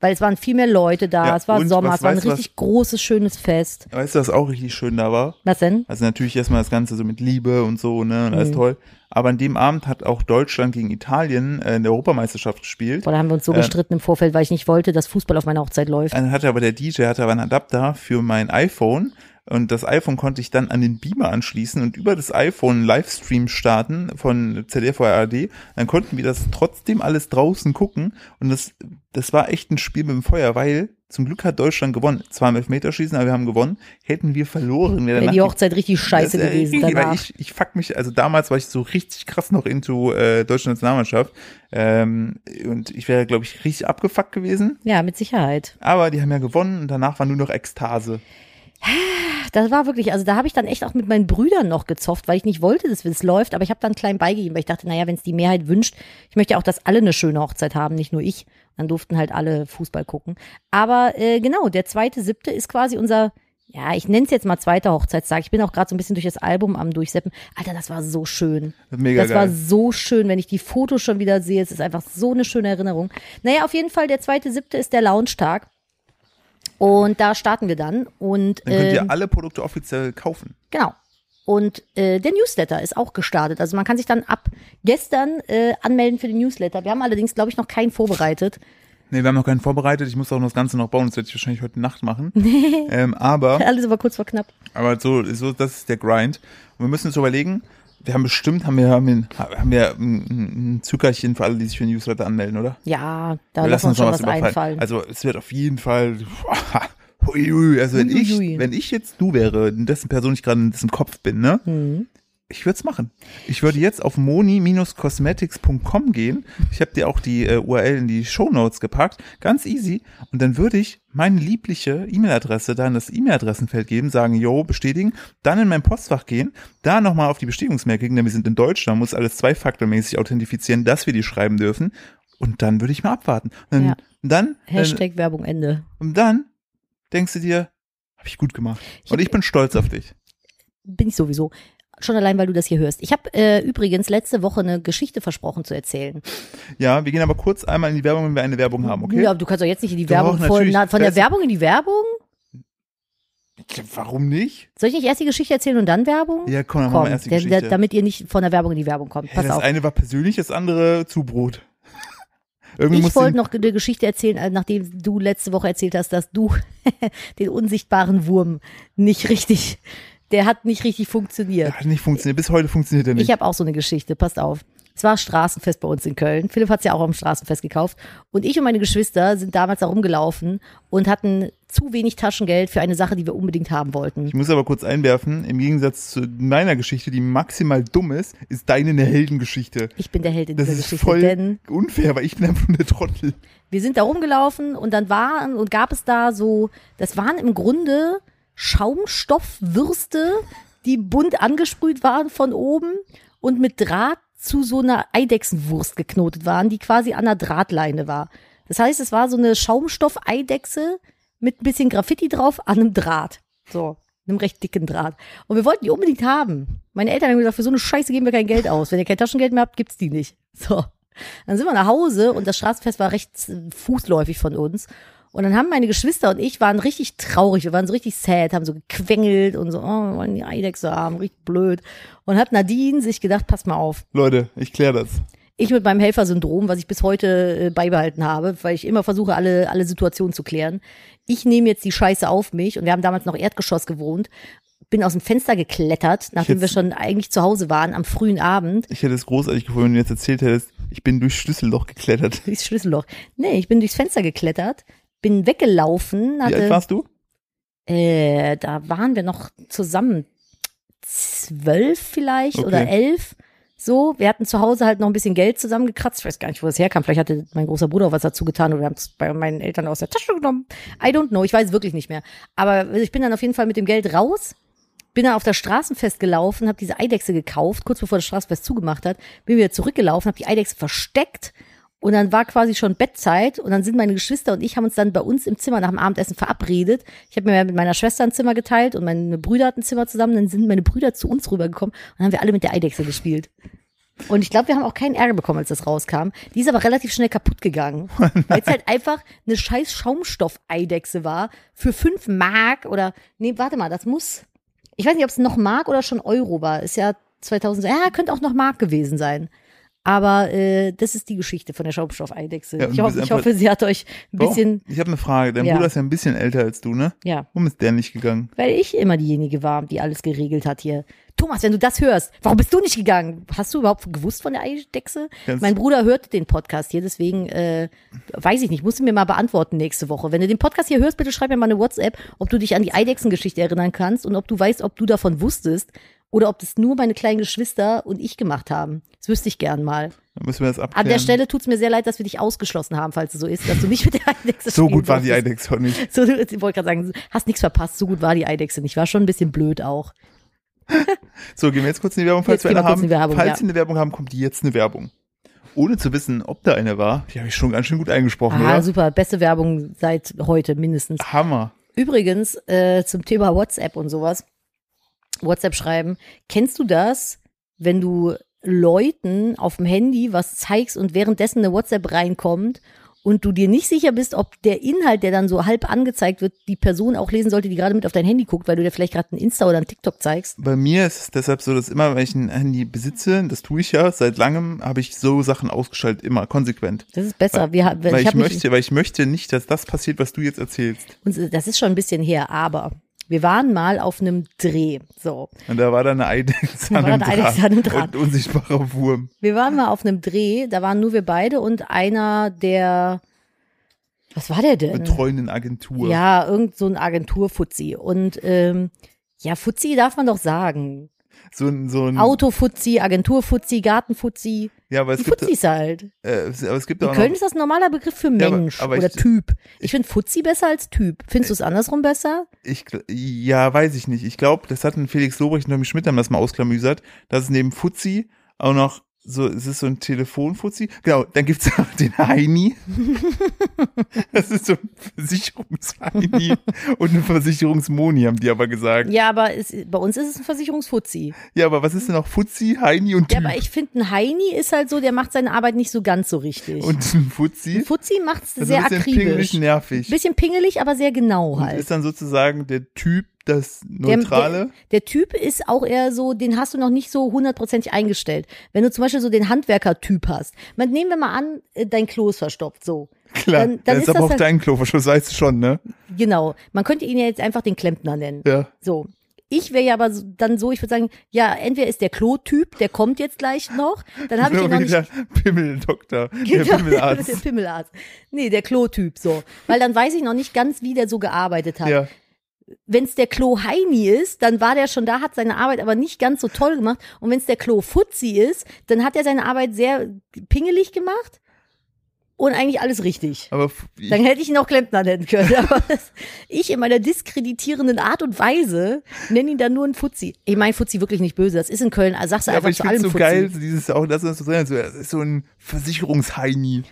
B: Weil es waren viel mehr Leute da,
A: Ja,
B: es war
A: und
B: Sommer,
A: was
B: es war ein
A: weißt du,
B: richtig großes, schönes Fest.
A: Weißt du, was auch richtig schön da war?
B: Was denn?
A: Also natürlich erstmal das Ganze so mit Liebe und so, ne, und alles
B: Mhm.
A: toll. Aber an dem Abend hat auch Deutschland gegen Italien äh, in der Europameisterschaft gespielt.
B: Boah, da haben wir uns so
A: Äh,
B: gestritten im Vorfeld, weil ich nicht wollte, dass Fußball auf meiner Hochzeit läuft.
A: Dann hatte aber der DJ hatte aber einen Adapter für mein iPhone und das iPhone konnte ich dann an den Beamer anschließen und über das iPhone einen Livestream starten von ZDF oder ARD. Dann konnten wir das trotzdem alles draußen gucken und das das war echt ein Spiel mit dem Feuer, weil zum Glück hat Deutschland gewonnen. Zwar im Elfmeterschießen, aber wir haben gewonnen. Hätten wir verloren, wäre
B: Wäre
A: danach
B: die Hochzeit richtig scheiße
A: das, äh,
B: gewesen
A: irgendwie, weil
B: danach.
A: ich, ich fuck mich, also damals war ich so richtig krass noch into äh, deutsche Nationalmannschaft. Ähm, und ich wäre, glaube ich, richtig abgefuckt gewesen.
B: Ja, mit Sicherheit.
A: Aber die haben ja gewonnen und danach war nur noch Ekstase.
B: Das war wirklich, also da habe ich dann echt auch mit meinen Brüdern noch gezofft, weil ich nicht wollte, dass es läuft, aber ich habe dann klein beigegeben, weil ich dachte, naja, wenn es die Mehrheit wünscht, ich möchte ja auch, dass alle eine schöne Hochzeit haben, nicht nur ich. Dann durften halt alle Fußball gucken. Aber äh, genau, der zweite, siebte ist quasi unser, ja, ich nenne es jetzt mal zweiter Hochzeitstag. Ich bin auch gerade so ein bisschen durch das Album am Durchseppen. Alter, das war so schön.
A: Mega
B: das
A: geil.
B: war so schön, wenn ich die Fotos schon wieder sehe. Es ist einfach so eine schöne Erinnerung. Naja, auf jeden Fall, der zweite, siebte ist der Lounge-Tag. Und da starten wir dann. Und
A: Dann könnt
B: ähm,
A: ihr alle Produkte offiziell kaufen.
B: Genau. Und äh, der Newsletter ist auch gestartet. Also man kann sich dann ab gestern äh, anmelden für den Newsletter. Wir haben allerdings, glaube ich, noch keinen vorbereitet.
A: Nee, wir haben noch keinen vorbereitet. Ich muss auch noch das Ganze noch bauen. Das werde ich wahrscheinlich heute Nacht machen. ähm, aber,
B: Alles aber kurz vor knapp.
A: aber so, so, das ist der Grind. Und wir müssen uns überlegen, wir haben bestimmt, haben wir, haben wir, haben wir ein, ein Zuckerchen für alle, die sich für den Newsletter anmelden, oder?
B: Ja, da
A: Wir
B: lassen
A: lassen
B: wir uns schon
A: noch
B: was einfallen.
A: Also es wird auf jeden Fall. Huiui, also wenn ich,
B: Huiui.
A: wenn ich jetzt du wäre, in dessen Person ich gerade in dessen Kopf bin, ne?
B: Hm.
A: Ich würde es machen. Ich würde jetzt auf moni-cosmetics.com gehen. Ich habe dir auch die äh, URL in die Shownotes gepackt. Ganz easy. Und dann würde ich meine liebliche E-Mail-Adresse da in das E-Mail-Adressenfeld geben, sagen, yo, bestätigen, dann in mein Postfach gehen, da nochmal auf die Bestätigungsmail klicken, denn wir sind in Deutschland, muss alles zweifaktormäßig authentifizieren, dass wir die schreiben dürfen. Und dann würde ich mal abwarten. Und dann,
B: Ja.
A: und dann, dann,
B: Hashtag Werbung Ende.
A: und dann denkst du dir, habe ich gut gemacht.
B: Ich
A: Und
B: hab-
A: ich bin stolz auf dich.
B: Bin ich sowieso. Schon allein, weil du das hier hörst. Ich habe äh, übrigens letzte Woche eine Geschichte versprochen zu erzählen.
A: Ja, wir gehen aber kurz einmal in die Werbung, wenn wir eine Werbung haben, okay?
B: Ja, aber du kannst doch jetzt nicht in die
A: Doch,
B: Werbung voll,
A: natürlich.
B: na, von der
A: Das-
B: Werbung in die Werbung?
A: Warum nicht?
B: Soll ich nicht erst die Geschichte erzählen und dann Werbung?
A: Ja, komm, dann machen wir erst die
B: der-
A: Geschichte.
B: der, damit ihr nicht von der Werbung in die Werbung kommt.
A: Hey,
B: Pass
A: das
B: auf.
A: eine war persönlich, das andere Zubrot. Irgendwie
B: Ich
A: muss
B: wollte noch eine Geschichte erzählen, äh, nachdem du letzte Woche erzählt hast, dass du den unsichtbaren Wurm nicht richtig, der hat nicht richtig funktioniert.
A: hat nicht funktioniert. Bis heute funktioniert er
B: Ich
A: nicht.
B: habe auch so eine Geschichte, passt auf. Es war Straßenfest bei uns in Köln. Philipp hat's ja auch am Straßenfest gekauft. Und ich und meine Geschwister sind damals da rumgelaufen und hatten zu wenig Taschengeld für eine Sache, die wir unbedingt haben wollten.
A: Ich muss aber kurz einwerfen, im Gegensatz zu meiner Geschichte, die maximal dumm ist, ist deine eine Heldengeschichte.
B: Ich bin der Held in
A: Das
B: dieser
A: ist
B: Geschichte,
A: voll
B: denn
A: unfair, weil ich bin einfach nur der Trottel.
B: wir sind da rumgelaufen und dann waren und gab es da so, das waren im Grunde Schaumstoffwürste, die bunt angesprüht waren von oben und mit Draht zu so einer Eidechsenwurst geknotet waren, die quasi an einer Drahtleine war. Das heißt, es war so eine Schaumstoff-Eidechse mit ein bisschen Graffiti drauf an einem Draht. So, einem recht dicken Draht. Und wir wollten die unbedingt haben. Meine Eltern haben gesagt, für so eine Scheiße geben wir kein Geld aus. Wenn ihr kein Taschengeld mehr habt, gibt's die nicht. So. Dann sind wir nach Hause und das Straßenfest war recht äh, fußläufig von uns. Und dann haben meine Geschwister und ich waren richtig traurig, wir waren so richtig sad, haben so gequengelt und so, oh, wir wollen die Eidechse haben, richtig blöd. Und hat Nadine sich gedacht, pass mal auf,
A: Leute, ich kläre das.
B: ich mit meinem Helfersyndrom, was ich bis heute äh, beibehalten habe, weil ich immer versuche, alle, alle Situationen zu klären. Ich nehme jetzt die Scheiße auf mich und wir haben damals noch Erdgeschoss gewohnt, bin aus dem Fenster geklettert, nachdem
A: hätt's-
B: wir schon eigentlich zu Hause waren am frühen Abend.
A: Ich hätte es großartig gefunden, wenn du jetzt erzählt hättest, ich bin durchs Schlüsselloch geklettert.
B: Durchs Schlüsselloch. Nee, ich bin durchs Fenster geklettert, bin weggelaufen,
A: Wie alt
B: hatte,
A: warst du?
B: äh, da waren wir noch zusammen zwölf vielleicht
A: Okay.
B: oder elf. So, wir hatten zu Hause halt noch ein bisschen Geld zusammengekratzt. Ich weiß gar nicht, wo das herkam. Vielleicht hatte mein großer Bruder auch was dazu getan oder wir haben es bei meinen Eltern aus der Tasche genommen. I don't know. Ich weiß wirklich nicht mehr. Aber also ich bin dann auf jeden Fall mit dem Geld raus, bin dann auf das Straßenfest gelaufen, habe diese Eidechse gekauft, kurz bevor das Straßenfest zugemacht hat, bin wieder zurückgelaufen, habe die Eidechse versteckt und dann war quasi schon Bettzeit und dann sind meine Geschwister und ich haben uns dann bei uns im Zimmer nach dem Abendessen verabredet. Ich habe mir mit meiner Schwester ein Zimmer geteilt und meine Brüder hatten ein Zimmer zusammen, dann sind meine Brüder zu uns rübergekommen und dann haben wir alle mit der Eidechse gespielt. Und ich glaube, wir haben auch keinen Ärger bekommen, als das rauskam. Die ist aber relativ schnell kaputt gegangen.
A: Oh
B: Weil es halt einfach eine scheiß Schaumstoff-Eidechse war. Für fünf Mark oder, nee, warte mal, das muss, ich weiß nicht, ob es noch Mark oder schon Euro war. Ist ja 2000, ja, könnte auch noch Mark gewesen sein. Aber äh, das ist die Geschichte von der Schaumstoffeidechse.
A: Ja, und
B: ich,
A: du
B: hoffe,
A: bist
B: ich
A: einfach-
B: hoffe, sie hat euch ein
A: Warum?
B: bisschen,
A: Ich habe eine Frage. Dein
B: Ja.
A: Bruder ist ja ein bisschen älter als du, ne?
B: ja,
A: Warum ist der nicht gegangen?
B: weil ich immer diejenige war, die alles geregelt hat hier. Thomas, wenn du das hörst, warum bist du nicht gegangen? Hast du überhaupt gewusst von der Eidechse?
A: Ganz-
B: mein Bruder hört den Podcast hier, deswegen äh, weiß ich nicht, musst du mir mal beantworten nächste Woche. Wenn du den Podcast hier hörst, bitte schreib mir mal eine WhatsApp, ob du dich an die Eidechsengeschichte erinnern kannst und ob du weißt, ob du davon wusstest oder ob das nur meine kleinen Geschwister und ich gemacht haben. Das wüsste ich gern mal.
A: Dann müssen wir das abklären.
B: An der Stelle tut's mir sehr leid, dass wir dich ausgeschlossen haben, falls es so ist, dass du nicht mit der Eidechse
A: so
B: spielen
A: gut war die
B: durftest.
A: Eidechse auch nicht.
B: So, ich wollte gerade sagen, hast nichts verpasst, so gut war die Eidechse nicht. War schon ein bisschen blöd auch.
A: So, gehen wir jetzt kurz in die Werbung, falls
B: Jetzt
A: wir
B: gehen
A: eine
B: wir kurz
A: haben.
B: in die Werbung,
A: falls
B: ja.
A: wir eine Werbung haben, kommt jetzt eine Werbung. Ohne zu wissen, ob da eine war, die habe ich schon ganz schön gut eingesprochen,
B: Ah,
A: oder?
B: super, beste Werbung seit heute mindestens.
A: Hammer.
B: Übrigens, äh, zum Thema WhatsApp und sowas. WhatsApp schreiben. Kennst du das, wenn du Leuten auf dem Handy was zeigst und währenddessen eine WhatsApp reinkommt und du dir nicht sicher bist, ob der Inhalt, der dann so halb angezeigt wird, die Person auch lesen sollte, die gerade mit auf dein Handy guckt, weil du dir vielleicht gerade einen Insta oder einen TikTok zeigst?
A: Bei mir ist es deshalb so, dass immer, wenn ich ein Handy besitze, das tue ich ja, seit langem habe ich so Sachen ausgeschaltet, immer, konsequent.
B: Das ist besser. Wir, ha-
A: Weil ich,
B: hab mich-
A: möchte, weil ich möchte nicht, dass das passiert, was du jetzt erzählst.
B: uns, das ist schon ein bisschen her, aber wir waren mal auf einem Dreh. So.
A: Und da war da eine Eidechse
B: Da
A: an
B: war
A: einem
B: eine Eidechse an einem
A: Draht
B: Draht.
A: und unsichtbarer Wurm.
B: Wir waren mal auf einem Dreh, da waren nur wir beide und einer der, was war der denn?
A: Betreuenden Agentur.
B: Ja, irgend so ein Agenturfuzzi. Und ähm, ja, Fuzzi darf man doch sagen.
A: So ein, so ein,
B: Autofuzzi, Agenturfuzzi, Gartenfuzzi.
A: ja, aber es
B: Die
A: gibt, äh,
B: Fuzzis halt.
A: es- aber es gibt
B: In
A: auch
B: Köln
A: noch,
B: ist das ein normaler Begriff für
A: aber-
B: Mensch
A: aber ich-
B: oder Typ. Ich finde Fuzzi besser als Typ. Findest du es andersrum besser?
A: ich, gl- ja, weiß ich nicht. Ich glaube, das hatten Felix Lobrecht und Tommy Schmidt haben das mal ausklamüsert, dass es neben Fuzzi auch noch so, es ist so ein Telefonfuzzi. Genau, dann gibt's auch den Heini. Das ist so ein Versicherungsheini und ein Versicherungsmoni, haben die aber gesagt.
B: Ja, aber es, bei uns ist es ein Versicherungsfuzzi.
A: Ja, aber was ist denn noch Fuzzi, Heini und
B: Ja,
A: Typ?
B: aber ich finde, ein Heini ist halt so, der macht seine Arbeit nicht so ganz so richtig.
A: und ein
B: ein
A: Fuzzi?
B: Fuzzi macht es
A: Das ist
B: sehr
A: ein bisschen
B: akribisch.
A: pingelig nervig.
B: bisschen pingelig, aber sehr genau
A: Und
B: halt.
A: ist dann sozusagen der Typ das
B: Der,
A: Neutrale?
B: der, der Typ ist auch eher so, den hast du noch nicht so hundertprozentig eingestellt. Wenn du zum Beispiel so den Handwerker-Typ hast, man, nehmen wir mal an, äh, dein Klo ist verstopft, so.
A: Klar,
B: dann- dann
A: das
B: ist
A: ist aber
B: das
A: auch
B: halt-
A: dein Kloverschluss, weißt du schon, ne?
B: Genau. Man könnte ihn ja jetzt einfach den Klempner nennen.
A: Ja.
B: So. Ich wäre ja aber so- dann so, ich würde sagen, ja, entweder ist der Klo-Typ, der kommt jetzt gleich noch, dann habe ich ihn noch nicht
A: der Pimmeldoktor, der
B: Genau. der
A: Pimmelarzt.
B: Pimmelarzt. Nee, der Klo-Typ, so. Weil dann weiß ich noch nicht ganz, wie der so gearbeitet hat.
A: Ja,
B: wenn es der Klo Heini ist, dann war der schon da, hat seine Arbeit aber nicht ganz so toll gemacht. Und wenn es der Klo Fuzzi ist, dann hat er seine Arbeit sehr pingelig gemacht und eigentlich alles richtig.
A: aber f- ich,
B: Dann hätte ich ihn auch Klempner nennen können. Aber das, ich in meiner diskreditierenden Art und Weise nenne ihn dann nur einen Fuzzi. Ich meine Fuzzi wirklich nicht böse. Das ist in Köln. Also sagst du
A: ja, aber
B: einfach
A: ich
B: zu
A: finde
B: allem
A: so
B: Fuzzi.
A: geil, dieses auch, das ist so, so, das ist so ein Versicherungsheini.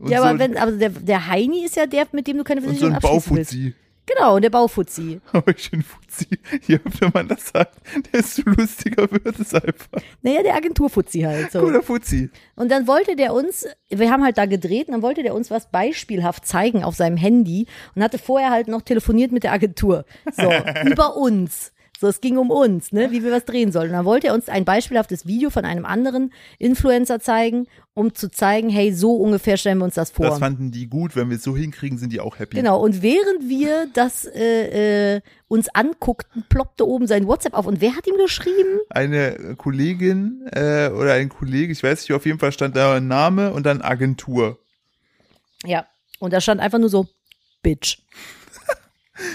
A: Und
B: ja,
A: so,
B: aber, wenn, aber der, der Heini ist ja der, mit dem du keine
A: und so
B: Versicherung
A: ein
B: abschließen willst.
A: Baufuzzi.
B: Genau, der Baufuzzi.
A: Aber ich finde Fuzzi, je öfter man das sagt, desto lustiger wird es einfach.
B: Naja, der Agenturfuzzi halt. So.
A: Oder Fuzzi.
B: Und dann wollte der uns, wir haben halt da gedreht, und dann wollte der uns was beispielhaft zeigen auf seinem Handy und hatte vorher halt noch telefoniert mit der Agentur. So, über uns. So, es ging um uns, ne, wie wir was drehen sollen. Und dann wollte er uns ein beispielhaftes Video von einem anderen Influencer zeigen, um zu zeigen, hey, so ungefähr stellen wir uns das vor.
A: Das fanden die gut, wenn wir es so hinkriegen, sind die auch happy.
B: Genau, und während wir das äh, äh, uns anguckten, ploppte oben sein WhatsApp auf. Und wer hat ihm geschrieben?
A: Eine Kollegin äh, oder ein Kollege, ich weiß nicht, auf jeden Fall stand da ein Name und dann Agentur.
B: Ja, und da stand einfach nur so, Bitch.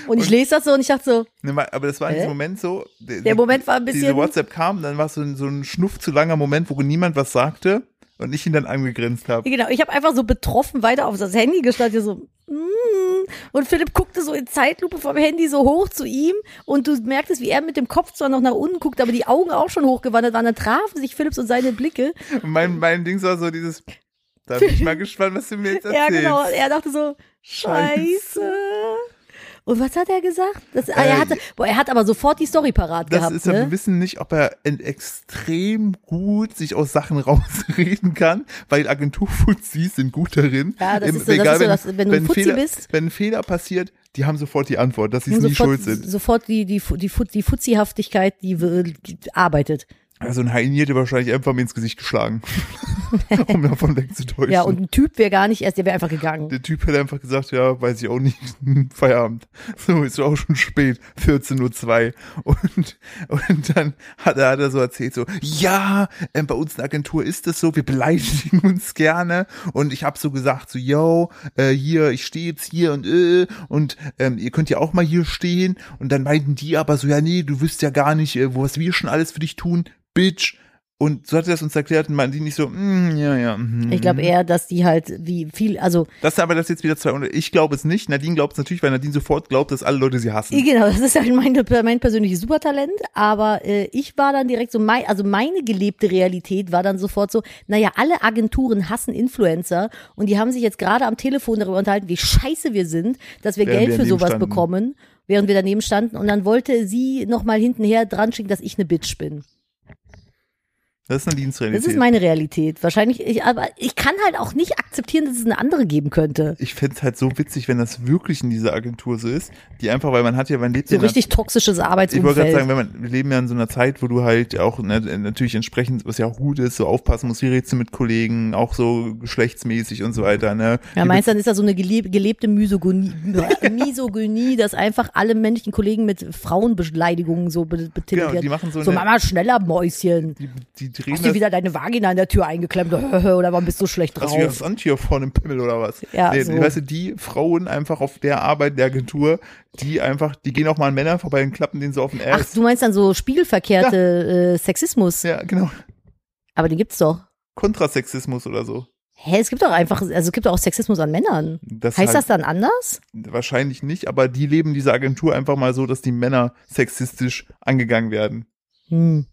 B: Und ich lese das so und ich dachte so,
A: Ne, wa- aber das war in
B: Hä?
A: diesem Moment so.
B: Der Moment war ein
A: Diese
B: bisschen-
A: WhatsApp kam, dann war es so ein, so ein schnuff zu langer Moment, wo niemand was sagte und ich ihn dann angegrinst habe.
B: genau, ich habe einfach so betroffen weiter auf das Handy gestanden, so, mm. und Philipp guckte so in Zeitlupe vom Handy so hoch zu ihm und du merktest, wie er mit dem Kopf zwar noch nach unten guckt, aber die Augen auch schon hochgewandert waren, dann trafen sich Philipps und seine Blicke.
A: Und mein, mein Ding war so dieses, da bin ich mal gespannt, was du mir jetzt
B: Ja,
A: erzählst.
B: genau, und er dachte so,
A: Scheiße.
B: scheiße. Und was hat er gesagt? Das, ah,
A: Äh,
B: er, hatte, boah, er hat aber sofort die Story parat
A: Das
B: gehabt.
A: ist ja, wir
B: ne?
A: wissen nicht, ob er in extrem gut sich aus Sachen rausreden kann, weil Agenturfuzis sind gut darin.
B: Ja, das
A: Im-
B: ist so- das ist so, dass- wenn du ein
A: ein
B: Fuzzi
A: Fehler,
B: bist-
A: Wenn ein Fehler passiert, die haben sofort die Antwort, dass sie es
B: Und
A: nie
B: sofort,
A: schuld sind.
B: Sofort die, die, Fu- die, Fu- die Fuzzihaftigkeit, die, wir- die arbeitet.
A: Also ein Haini hätte wahrscheinlich einfach mir ins Gesicht geschlagen, um davon wegzutäuschen.
B: Ja, und ein Typ wäre gar nicht erst, der wäre einfach gegangen.
A: der Typ hätte einfach gesagt, ja, weiß ich auch nicht, Feierabend. So, ist auch schon spät, 14.02 Uhr. Und, und dann hat er, hat er so erzählt, so, ja, ähm, bei uns in der Agentur ist es so, wir beleidigen uns gerne. Und ich habe so gesagt, so, yo, äh, hier, ich stehe jetzt hier und äh, und ähm, ihr könnt ja auch mal hier stehen. Und dann meinten die aber so, ja, nee, du wirst ja gar nicht, äh, wo was wir schon alles für dich tun, Bitch. Und so hat er das uns erklärt und meinten die nicht so, mm, ja, ja. mhm.
B: Ich glaube eher, dass die halt wie viel, also
A: Das ist aber das jetzt wieder zwei Unter Ich glaube es nicht. Nadine glaubt es natürlich, weil Nadine sofort glaubt, dass alle Leute sie hassen.
B: Genau, das ist halt mein, mein persönliches Supertalent, aber äh, ich war dann direkt so, mein, also meine gelebte Realität war dann sofort so, naja, alle Agenturen hassen Influencer und die haben sich jetzt gerade am Telefon darüber unterhalten, wie scheiße wir sind, dass wir
A: Während
B: Geld
A: wir
B: für
A: daneben
B: sowas
A: standen.
B: bekommen, während wir daneben standen und dann wollte sie nochmal hintenher dran schicken, dass ich eine Bitch bin.
A: das ist Nadines
B: Das
A: Realität.
B: ist meine Realität. Wahrscheinlich, ich, aber ich kann halt auch nicht akzeptieren, dass es eine andere geben könnte.
A: ich fände es halt so witzig, wenn das wirklich in dieser Agentur so ist, die einfach, weil man hat ja, man lebt ja
B: So
A: in einer-
B: richtig
A: ich
B: toxisches
A: wollte gerade sagen,
B: Arbeitsumfeld.
A: wenn man, wir leben ja in so einer Zeit, wo du halt auch na, natürlich entsprechend, was ja auch gut ist, so aufpassen musst, wie redest du mit Kollegen, auch so geschlechtsmäßig und so weiter, ne?
B: Ja,
A: Wie
B: meinst du, dann ist da so eine gele- gelebte Misogonie, Misogynie, dass einfach alle männlichen Kollegen mit Frauenbeleidigungen so be- betitelt
A: Genau,
B: werden.
A: die machen so
B: so
A: eine-
B: Mama, schneller, Mäuschen.
A: die, die drehen
B: Hast dir
A: das,
B: wieder deine Vagina in der Tür eingeklemmt? Oder warum bist du schlecht
A: was Also, wir
B: drauf?
A: das an hier vorne im Pimmel oder was?
B: Ja,
A: nee,
B: so.
A: Weißt du, die Frauen einfach auf der Arbeit der Agentur, die einfach, die gehen auch mal an Männer vorbei und klappen denen so auf den
B: Ach,
A: Ass.
B: du meinst dann so spiegelverkehrte äh, Sexismus?
A: ja, genau.
B: Aber den gibt's doch.
A: Kontrasexismus oder so.
B: Hä, es gibt doch einfach, also es gibt doch auch Sexismus an Männern.
A: Das
B: heißt das
A: halt
B: dann anders?
A: wahrscheinlich nicht, aber die leben diese Agentur einfach mal so, dass die Männer sexistisch angegangen werden.
B: Hm.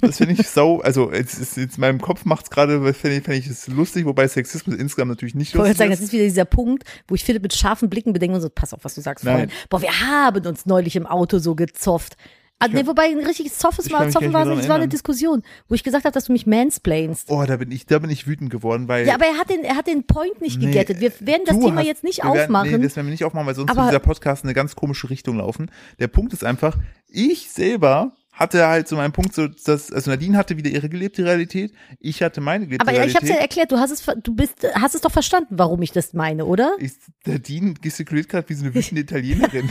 A: Das finde ich sau, also jetzt ist jetzt in meinem Kopf macht's gerade, finde ich, finde ich es lustig, wobei Sexismus insgesamt natürlich nicht
B: Ich wollte
A: lustig
B: sagen, das
A: ist.
B: ist wieder dieser Punkt, wo ich Philipp mit scharfen Blicken bedenke und so, pass auf, was du sagst,
A: Nein.
B: Freund. Boah, wir haben uns neulich im Auto so gezofft. Ah, nee, wobei ein richtiges Zoffes
A: ich
B: war,
A: kann mich
B: Zoffen
A: gar
B: war,
A: nicht mehr
B: es
A: dran
B: war eine
A: erinnern.
B: Diskussion, wo ich gesagt habe, dass du mich mansplainst.
A: Oh, da bin ich, da bin ich wütend geworden, weil
B: Ja, aber er hat den, er hat den Point nicht
A: Nee,
B: gegettet. Wir werden das
A: du
B: Thema
A: hast-
B: jetzt nicht
A: wir werden-
B: aufmachen.
A: Nee, das werden wir nicht aufmachen, weil sonst
B: Aber-
A: wird dieser Podcast in eine ganz komische Richtung laufen. Der Punkt ist einfach, ich selber hatte halt so meinen Punkt, so dass, also Nadine hatte wieder ihre gelebte Realität, ich hatte meine gelebte
B: aber ja,
A: Realität.
B: ich habe ja erklärt, du hast es, ver- du bist, hast es doch verstanden, warum ich das meine, oder?
A: Ich, Nadine gestikuliert gerade wie so eine wütende Italienerin.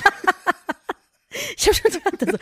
B: Ich habe schon gedacht, also,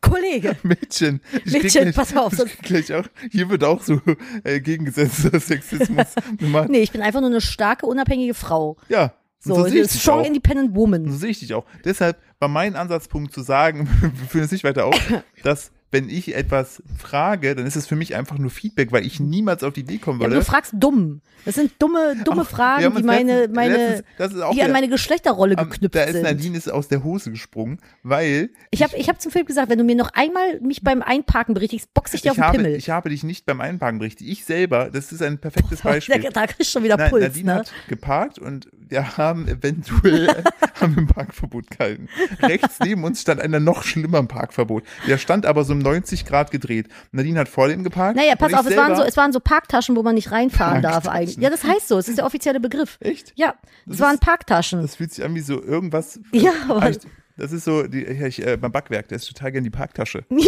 B: Kollege,
A: Mädchen. ich krieg
B: Mädchen,
A: gleich-
B: pass auf,
A: ich
B: sonst-
A: krieg Gleich auch, hier wird auch so äh, gegengesetzter Sexismus gemacht.
B: nee, ich bin einfach nur eine starke, unabhängige Frau.
A: Ja,
B: So,
A: so, so sehe ich dich
B: strong,
A: auch.
B: independent woman.
A: So sehe ich dich auch. Deshalb war mein Ansatzpunkt zu sagen, wir führen es nicht weiter auf, dass wenn ich etwas frage, dann ist es für mich einfach nur Feedback, weil ich niemals auf die Idee kommen
B: Ja, aber
A: würde.
B: du fragst dumm. Das sind dumme, dumme
A: wir haben
B: Fragen, die
A: uns
B: meine,
A: letztens-
B: meine,
A: letztens- das ist auch
B: die an
A: wieder-
B: meine Geschlechterrolle
A: Am-
B: geknüpft
A: da ist
B: sind.
A: Nadine ist aus der Hose gesprungen, weil
B: Ich habe ich hab zum Film gesagt, wenn du mir noch einmal mich beim Einparken berichtigst, boxe ich dir auf
A: ich
B: den
A: habe,
B: Pimmel.
A: ich habe dich nicht beim Einparken berichtet. Ich selber, das ist ein perfektes
B: da,
A: Beispiel.
B: da kriegst du schon wieder
A: Nein,
B: Puls,
A: Nadine
B: ne?
A: hat geparkt und wir haben eventuell haben wir ein Parkverbot gehalten. Rechts neben uns stand einer noch schlimmer im Parkverbot. Der stand aber so um 90 Grad gedreht. Nadine hat vor dem geparkt.
B: Naja, pass
A: und ich
B: auf, es waren, so,
A: selber-
B: es waren so Parktaschen, wo man nicht reinfahren darf
A: Parktaschen.
B: eigentlich. Ja, das heißt so, es ist der offizielle Begriff.
A: Echt?
B: Ja, es
A: Das
B: waren
A: ist-
B: Parktaschen.
A: Das fühlt sich an wie so irgendwas.
B: Ja,
A: aber
B: aber-
A: ich, das ist so, die, ja, ich, äh, beim Backwerk, der ist total gern die Parktasche.
B: ja,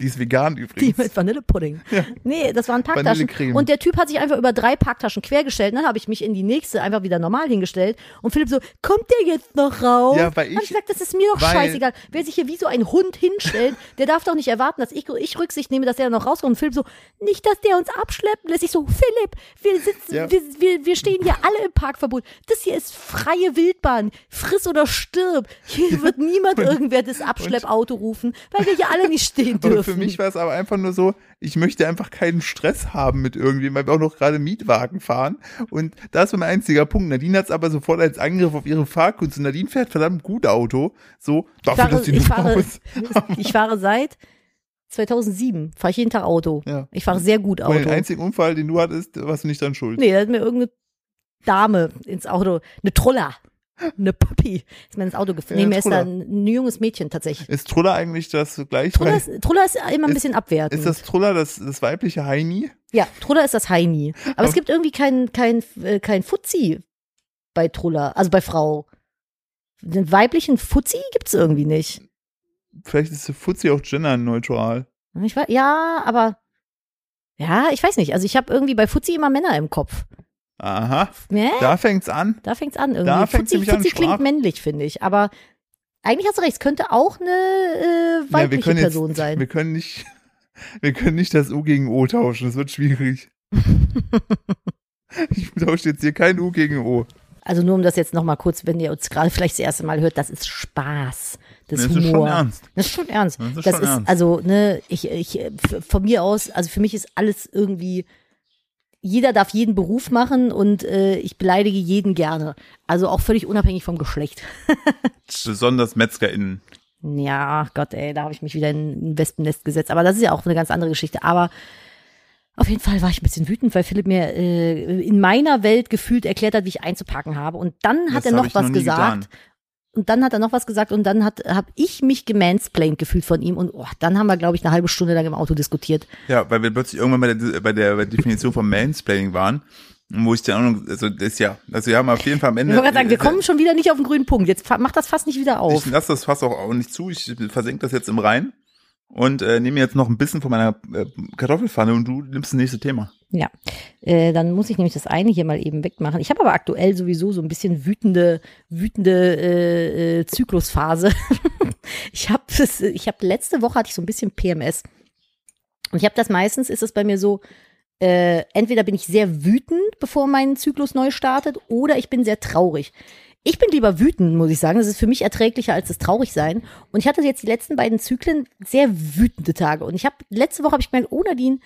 A: Die ist vegan
B: die
A: übrigens.
B: mit Vanillepudding. Nee, das waren Parktaschen.
A: Vanillecreme.
B: Und der Typ hat sich einfach über drei Parktaschen quergestellt. Und dann habe ich mich in die nächste einfach wieder normal hingestellt. Und Philipp so, kommt der jetzt noch raus?
A: Ja, weil
B: Hab
A: ich-
B: gesagt, das ist mir doch
A: weil-
B: scheißegal. Wer sich hier wie so ein Hund hinstellt, der darf doch nicht erwarten, dass ich, ich Rücksicht nehme, dass der noch rauskommt. Und Philipp so, nicht, dass der uns abschleppen lässt. Ich so, Philipp, wir sitzen,
A: Ja.
B: wir, wir, wir stehen hier alle im Parkverbot. Das hier ist freie Wildbahn. Friss oder stirb. Hier wird niemand irgendwer das Abschleppauto rufen, weil wir hier alle nicht stehen dürfen.
A: Aber für mich war es aber einfach nur so, ich möchte einfach keinen Stress haben mit irgendwem, weil wir auch noch gerade Mietwagen fahren. Und das war mein einziger Punkt. Nadine hat es aber sofort als Angriff auf ihre Fahrkunst. Und Nadine fährt verdammt gut Auto. So,
B: Ich
A: dafür,
B: fahre,
A: dass die
B: ich
A: eine Frau
B: fahre,
A: ist.
B: ich fahre seit 2007, fahre ich jeden Tag Auto.
A: Ja.
B: Ich fahre sehr gut
A: Und den
B: Auto.
A: einzigen Unfall, den du hattest, warst du nicht dran schuld.
B: Nee, da hat mir irgendeine Dame ins Auto, eine Troller, eine Puppy, ist mir ins Auto gefallen.
A: Ja,
B: nee, mir ist da
A: Troller.
B: ein junges Mädchen tatsächlich.
A: Ist Truller eigentlich das gleiche?
B: Troller ist, Troller ist immer ein
A: Ist-
B: bisschen abwertend.
A: Ist das Truller das, das weibliche Heini?
B: ja, Troller ist das Heini. Aber, es gibt irgendwie kein, kein, äh, kein Fuzzi bei Troller, also bei Frau. Den weiblichen Fuzzi gibt's irgendwie nicht.
A: Vielleicht ist Fuzzi auch genderneutral.
B: Ich war, ja, aber ja, ich weiß nicht. Also ich habe irgendwie bei Fuzzi immer Männer im Kopf.
A: Aha,
B: Ne?
A: da fängt's an.
B: Da fängt's an irgendwie.
A: Da fängt's
B: Fuzzi,
A: nämlich an,
B: Fuzzi klingt
A: Sprach-
B: männlich, finde ich. Aber eigentlich hast du recht, es könnte auch eine äh,
A: Ja, wir
B: weibliche
A: können
B: Person
A: jetzt,
B: sein.
A: Wir können nicht, wir können nicht das U gegen O tauschen. Das wird schwierig. ich tausche jetzt hier kein U gegen O.
B: Also nur um das jetzt nochmal kurz, wenn ihr uns gerade vielleicht das erste Mal hört, das ist Spaß. Das,
A: Das
B: ist
A: ist schon
B: Humor.
A: ernst.
B: Das ist schon ernst.
A: Das ist
B: Das
A: schon
B: ist,
A: ernst.
B: also, ne, ich, ich, f- von mir aus, also für mich ist alles irgendwie, jeder darf jeden Beruf machen und äh, ich beleidige jeden gerne. Also auch völlig unabhängig vom Geschlecht.
A: Besonders MetzgerInnen.
B: Ja, Gott, ey, da habe ich mich wieder in ein Wespennest gesetzt. Aber das ist ja auch eine ganz andere Geschichte. Aber auf jeden Fall war ich ein bisschen wütend, weil Philipp mir äh, in meiner Welt gefühlt erklärt hat, wie ich einzupacken habe. Und dann hat
A: Das
B: er
A: hab
B: noch
A: ich
B: was
A: noch nie
B: gesagt.
A: getan.
B: Und dann hat er noch was gesagt und dann hat habe ich mich gemansplained gefühlt von ihm. Und oh, dann haben wir, glaube ich, eine halbe Stunde lang im Auto diskutiert.
A: Ja, weil wir plötzlich irgendwann bei der, bei der, bei der Definition von Mansplaining waren. Wo ich dann auch noch, also das ist ja, also wir haben auf jeden Fall am
B: Ich
A: Ende.
B: wollte gerade sagen, wir kommen schon wieder nicht auf den grünen Punkt. Jetzt fa- macht das fast nicht wieder
A: äh, Ich
B: auf.
A: lasse das Fass auch, auch nicht zu. Ich versenke das jetzt im Rhein und äh, nehme jetzt noch ein bisschen von meiner äh, Kartoffelpfanne und du nimmst das nächste Thema.
B: Ja, äh, dann muss ich nämlich das eine hier mal eben wegmachen. Ich habe aber aktuell sowieso so ein bisschen wütende, wütende äh, äh, Zyklusphase. ich habe das, ich habe letzte Woche hatte ich so ein bisschen PMS und ich habe das meistens ist es bei mir so. Äh, entweder bin ich sehr wütend, bevor mein Zyklus neu startet, oder ich bin sehr traurig. Ich bin lieber wütend, muss ich sagen. Das ist für mich erträglicher als das Traurigsein. Und ich hatte jetzt die letzten beiden Zyklen sehr wütende Tage. Und ich habe letzte Woche habe ich gemerkt, oh Nadine,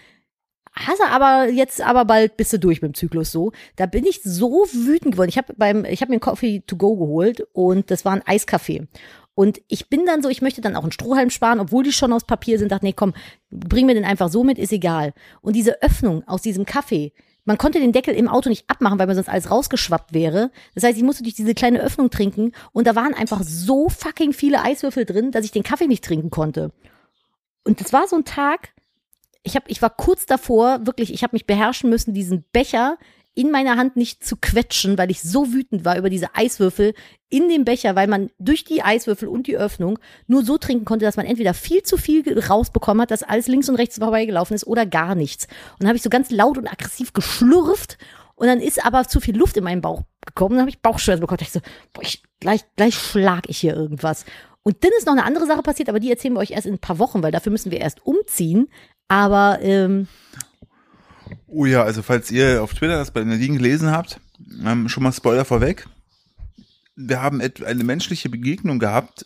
B: Hasse aber jetzt aber bald bist du durch mit dem Zyklus so. Da bin ich so wütend geworden. Ich habe beim ich habe mir einen Coffee to go geholt und das war ein Eiskaffee. Und ich bin dann so, ich möchte dann auch einen Strohhalm sparen, obwohl die schon aus Papier sind. Dachte, nee, komm, bring mir den einfach so mit, ist egal. Und diese Öffnung aus diesem Kaffee, man konnte den Deckel im Auto nicht abmachen, weil mir sonst alles rausgeschwappt wäre. Das heißt, ich musste durch diese kleine Öffnung trinken und da waren einfach so fucking viele Eiswürfel drin, dass ich den Kaffee nicht trinken konnte. Und das war so ein Tag, ich habe ich war kurz davor, wirklich, ich habe mich beherrschen müssen, diesen Becher in meiner Hand nicht zu quetschen, weil ich so wütend war über diese Eiswürfel in dem Becher, weil man durch die Eiswürfel und die Öffnung nur so trinken konnte, dass man entweder viel zu viel ge- rausbekommen hat, dass alles links und rechts vorbeigelaufen ist oder gar nichts. Und dann habe ich so ganz laut und aggressiv geschlürft und dann ist aber zu viel Luft in meinen Bauch gekommen. Dann habe ich Bauchschmerzen bekommen. Da dachte ich so, boah, ich, gleich, gleich schlag ich hier irgendwas. Und dann ist noch eine andere Sache passiert, aber die erzählen wir euch erst in ein paar Wochen, weil dafür müssen wir erst umziehen. Aber ähm,
A: Oh ja, also falls ihr auf Twitter das bei Nadine gelesen habt, ähm, schon mal Spoiler vorweg. Wir haben et- eine menschliche Begegnung gehabt,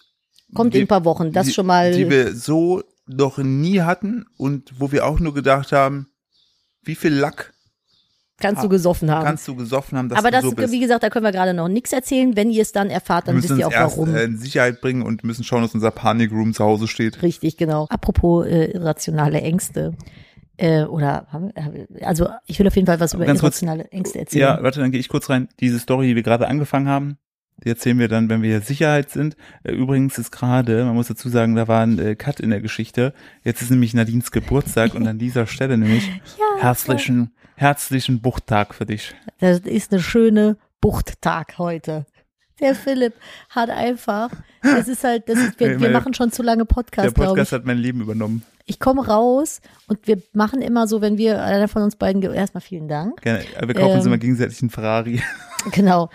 B: kommt
A: Die-
B: in ein paar Wochen. Das
A: die,
B: schon mal.
A: die wir so noch nie hatten und wo wir auch nur gedacht haben, wie viel Lack
B: kannst du gesoffen haben.
A: ah, kannst du gesoffen haben, dass
B: aber
A: du
B: das,
A: so bist.
B: wie gesagt, da können wir gerade noch nichts erzählen. Wenn ihr es dann erfahrt,
A: wir
B: dann wisst
A: müssen
B: ihr auch
A: uns erst
B: warum.
A: äh, in Sicherheit bringen und müssen schauen, dass unser Panic Room zu Hause steht.
B: Richtig, genau. Apropos äh, irrationale Ängste. Äh, oder haben- haben- also ich will auf jeden Fall was über
A: Ganz kurz.
B: irrationale Ängste
A: Ja,
B: erzählen.
A: warte, dann gehe ich kurz rein. Diese Story, die wir gerade angefangen haben, die erzählen wir dann, wenn wir Sicherheit sind. Äh, Übrigens ist gerade, man muss dazu sagen, da war ein äh, Cut in der Geschichte. Jetzt ist nämlich Nadines Geburtstag und an dieser Stelle nämlich herzlichen, herzlichen Buchttag für dich.
B: Das ist eine schöne Buchttag heute. Der Philipp hat einfach, das ist halt, das ist, wir, wir
A: Meine-
B: machen schon zu lange
A: Der
B: Podcast, glaube ich.
A: Podcast hat mein Leben übernommen.
B: Ich komme raus und wir machen immer so, wenn wir einer von uns beiden, ge- erstmal vielen Dank.
A: Gerne. Äh, Wir kaufen uns
B: Ähm.
A: immer gegenseitig einen Ferrari.
B: Genau.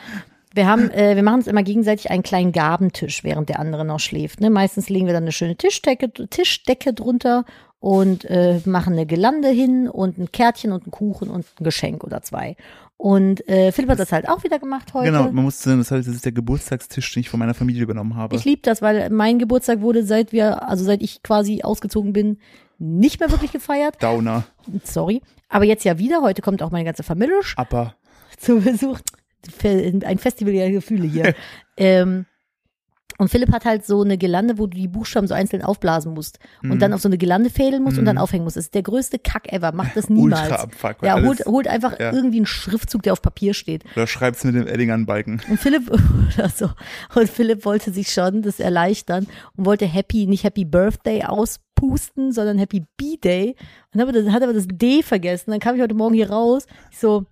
B: Wir haben, äh, wir machen uns immer gegenseitig einen kleinen Gabentisch, während der andere noch schläft. Ne? Meistens legen wir dann eine schöne Tischdecke, Tischdecke drunter und äh, machen eine Gelande hin und ein Kärtchen und einen Kuchen und ein Geschenk oder zwei. Und äh, Philipp hat das halt auch wieder gemacht heute.
A: Genau, man muss sagen, das heißt, das ist der Geburtstagstisch, den ich von meiner Familie übernommen habe.
B: Ich liebe das, weil mein Geburtstag wurde, seit wir, also seit ich quasi ausgezogen bin, nicht mehr wirklich gefeiert.
A: Downer,
B: Sorry. Aber jetzt ja wieder. Heute kommt auch meine ganze Familie.
A: Upper.
B: zu Besuch. Fe- Ein Festival der Gefühle hier. ähm, und Philipp hat halt so eine Gelande, wo du die Buchstaben so einzeln aufblasen musst und
A: Mhm.
B: dann auf so eine Gelande fädeln musst und dann aufhängen musst. Das ist der größte Kack ever. Macht das niemals.
A: Ultra Abfuck, weil
B: ja,
A: alles-
B: holt, holt einfach
A: ja.
B: irgendwie einen Schriftzug, der auf Papier steht.
A: Oder schreib's mit dem Eddingern Balken.
B: Und Philipp, oder so. Und Philipp wollte sich schon das erleichtern und wollte Happy, nicht Happy Birthday auspusten, sondern Happy B-Day. Und habe das, hat aber das D vergessen. Dann kam ich heute Morgen hier raus. Ich so,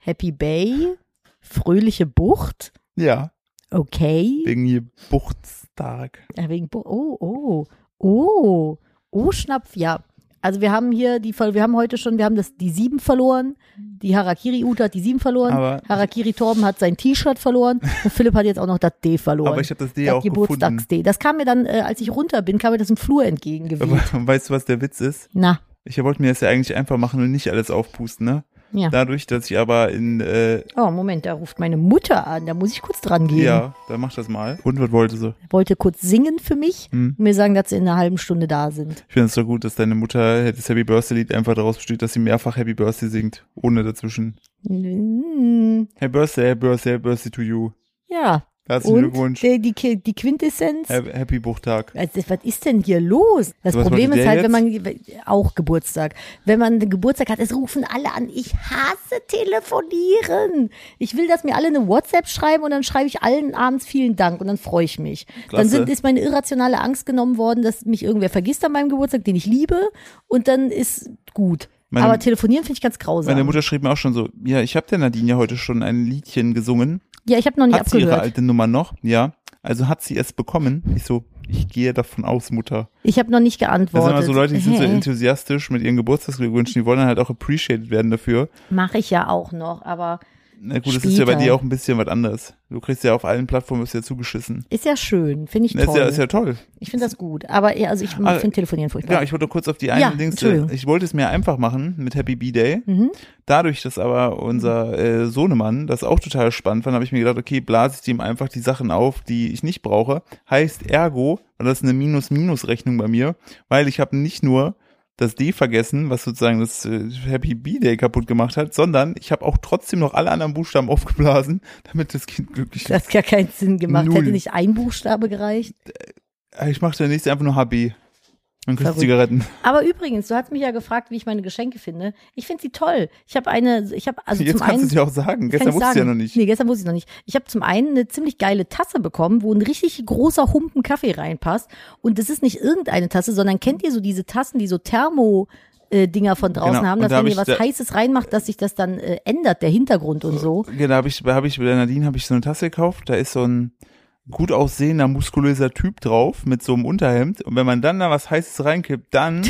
B: Happy Bay, fröhliche Bucht,
A: Ja,
B: okay. Ah,
A: wegen hier Buchtstag.
B: Ja, Wegen Bu oh, oh, oh, oh, Schnapf, ja. Also wir haben hier die, wir haben heute schon, wir haben das, die sieben verloren. Die Harakiri Ute hat die sieben verloren.
A: Aber-
B: Harakiri Torben hat sein T-Shirt verloren. Und Philipp hat jetzt auch noch das D verloren.
A: Aber ich hab das D auch
B: Geburtstags D. Das kam mir dann, äh, als ich runter bin, kam mir das im Flur entgegengeweht.
A: Aber weißt du, was der Witz ist?
B: Na,
A: Ich wollte mir das ja eigentlich einfach machen und nicht alles aufpusten, ne?
B: ja.
A: Dadurch, dass ich aber in, äh,
B: Oh, Moment, da ruft meine Mutter an. Da muss ich kurz dran gehen.
A: ja, dann mach das mal. Und was wollte sie?
B: Wollte kurz singen für mich
A: Hm.
B: und mir sagen, dass sie in einer halben Stunde da sind.
A: Ich finde es so gut, dass deine Mutter das Happy Birthday Lied einfach daraus besteht, dass sie mehrfach Happy Birthday singt, ohne dazwischen.
B: Hm,
A: Happy Birthday, Happy Birthday, Happy Birthday to you.
B: Ja.
A: Herzlichen
B: Und
A: Glückwunsch.
B: die, die, Ki- die Quintessenz.
A: Happy Happy Buchtag.
B: Also, das- was ist denn hier los? Das
A: So, was
B: Problem
A: wollte
B: ist
A: der
B: halt, wenn man auch Geburtstag, wenn man einen Geburtstag hat, es rufen alle an. Ich hasse telefonieren. Ich will, dass mir alle eine WhatsApp schreiben und dann schreibe ich allen abends vielen Dank und dann freue ich mich. Dann
A: Klasse.
B: sind, ist meine irrationale Angst genommen worden, dass mich irgendwer vergisst an meinem Geburtstag, den ich liebe, und dann ist gut.
A: Meine-
B: Aber telefonieren finde ich ganz grausam.
A: Meine Mutter schrieb mir auch schon so, ja, ich habe der Nadine ja heute schon ein Liedchen gesungen.
B: ja, ich habe noch nicht
A: Hat sie ihre
B: abgehört.
A: alte Nummer noch? Ja. Also hat sie es bekommen? Ich so, ich gehe davon aus, Mutter.
B: Ich habe noch nicht
A: Das sind
B: geantwortet.
A: immer so Leute, die sind so
B: Hey,
A: enthusiastisch mit ihren Geburtstagsglückwünschen, die wollen dann halt auch appreciated werden dafür.
B: Mache ich ja auch noch, aber
A: Na gut, das ist ja bei
B: Später.
A: dir auch ein bisschen was anderes. Du kriegst ja auf allen Plattformen ist ja zugeschissen.
B: ist ja schön, finde ich
A: Na,
B: toll.
A: Ist ja, ist ja toll.
B: Ich finde das gut, aber ja, also ich
A: Ah,
B: finde Telefonieren
A: Ja,
B: furchtbar.
A: ich wollte kurz auf die eine
B: Ja,
A: Dings. äh,
B: Entschuldigung. Mhm.
A: Ich wollte es mir einfach machen mit Happy B-Day. Dadurch, dass aber unser äh, Sohnemann das auch total spannend fand, habe ich mir gedacht, okay, blase ich dem einfach die Sachen auf, die ich nicht brauche. Heißt ergo, und das ist eine Minus-Minus-Rechnung bei mir, weil ich habe nicht nur das D vergessen, was sozusagen das äh, Happy B-Day kaputt gemacht hat, sondern ich habe auch trotzdem noch alle anderen Buchstaben aufgeblasen, damit das Kind glücklich
B: das
A: ist.
B: hat gar keinen Sinn gemacht.
A: Null.
B: Hätte nicht ein Buchstabe gereicht.
A: Ah, Ich mache der nächste einfach nur HB. Und kriegst
B: Verrückt.
A: Zigaretten.
B: Aber übrigens, du hast mich ja gefragt, wie ich meine Geschenke finde. Ich finde sie toll. Ich habe eine, ich habe also
A: Jetzt
B: zum
A: kannst du
B: einen
A: es ja auch sagen.
B: Kann
A: Gestern
B: ich
A: wusste ich ja
B: sagen.
A: noch nicht.
B: Nee, gestern wusste ich noch nicht. Ich habe zum einen eine ziemlich geile Tasse bekommen, wo ein richtig großer Humpen Kaffee reinpasst. Und das ist nicht irgendeine Tasse, sondern kennt ihr so diese Tassen, die so Thermo. äh, Dinger von draußen
A: Genau.
B: haben,
A: Und
B: dass
A: da hab
B: wenn ihr
A: ich
B: was
A: da-
B: Heißes reinmacht, dass sich das dann äh, ändert, der Hintergrund und so.
A: Ja, Genau, da habe ich, da hab ich bei der Nadine habe ich so eine Tasse gekauft, da ist so ein gut aussehender, muskulöser Typ drauf mit so einem Unterhemd und wenn man dann da was Heißes reinkippt, dann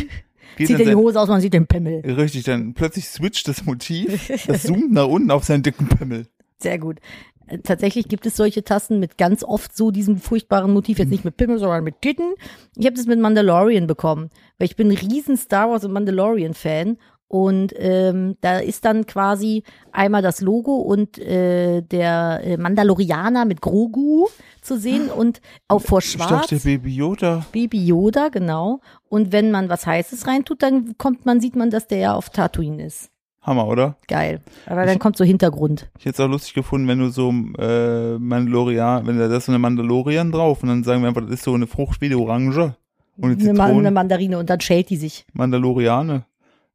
A: geht
B: Zieht
A: dann
B: er die
A: sein,
B: Hose aus, man sieht den Pimmel.
A: richtig, dann plötzlich switcht das Motiv, das zoomt nach unten auf seinen dicken Pimmel.
B: Sehr gut. Äh, Tatsächlich gibt es solche Tassen mit ganz oft so diesem furchtbaren Motiv, jetzt nicht mit Pimmel, sondern mit Titten. Ich habe das mit Mandalorian bekommen, weil ich bin ein riesen Star Wars und Mandalorian Fan und ähm, da ist dann quasi einmal das Logo und äh, der äh, Mandalorianer mit Grogu zu sehen und auch vor
A: Ich dachte,
B: Schwarz.
A: Baby Yoda.
B: Baby Yoda, genau. Und wenn man was Heißes reintut, dann kommt man, sieht man, dass der ja auf Tatooine ist.
A: Hammer, oder?
B: Geil. Aber dann kommt so Hintergrund.
A: Ich hätte es auch lustig gefunden, wenn du so äh, Mandalorian, wenn da da ist so eine Mandalorian drauf und dann sagen wir einfach, das ist so eine Frucht wie die Orange und die
B: eine, Ma eine
A: Zitrone,
B: Mandarine und dann schält die sich.
A: Mandaloriane.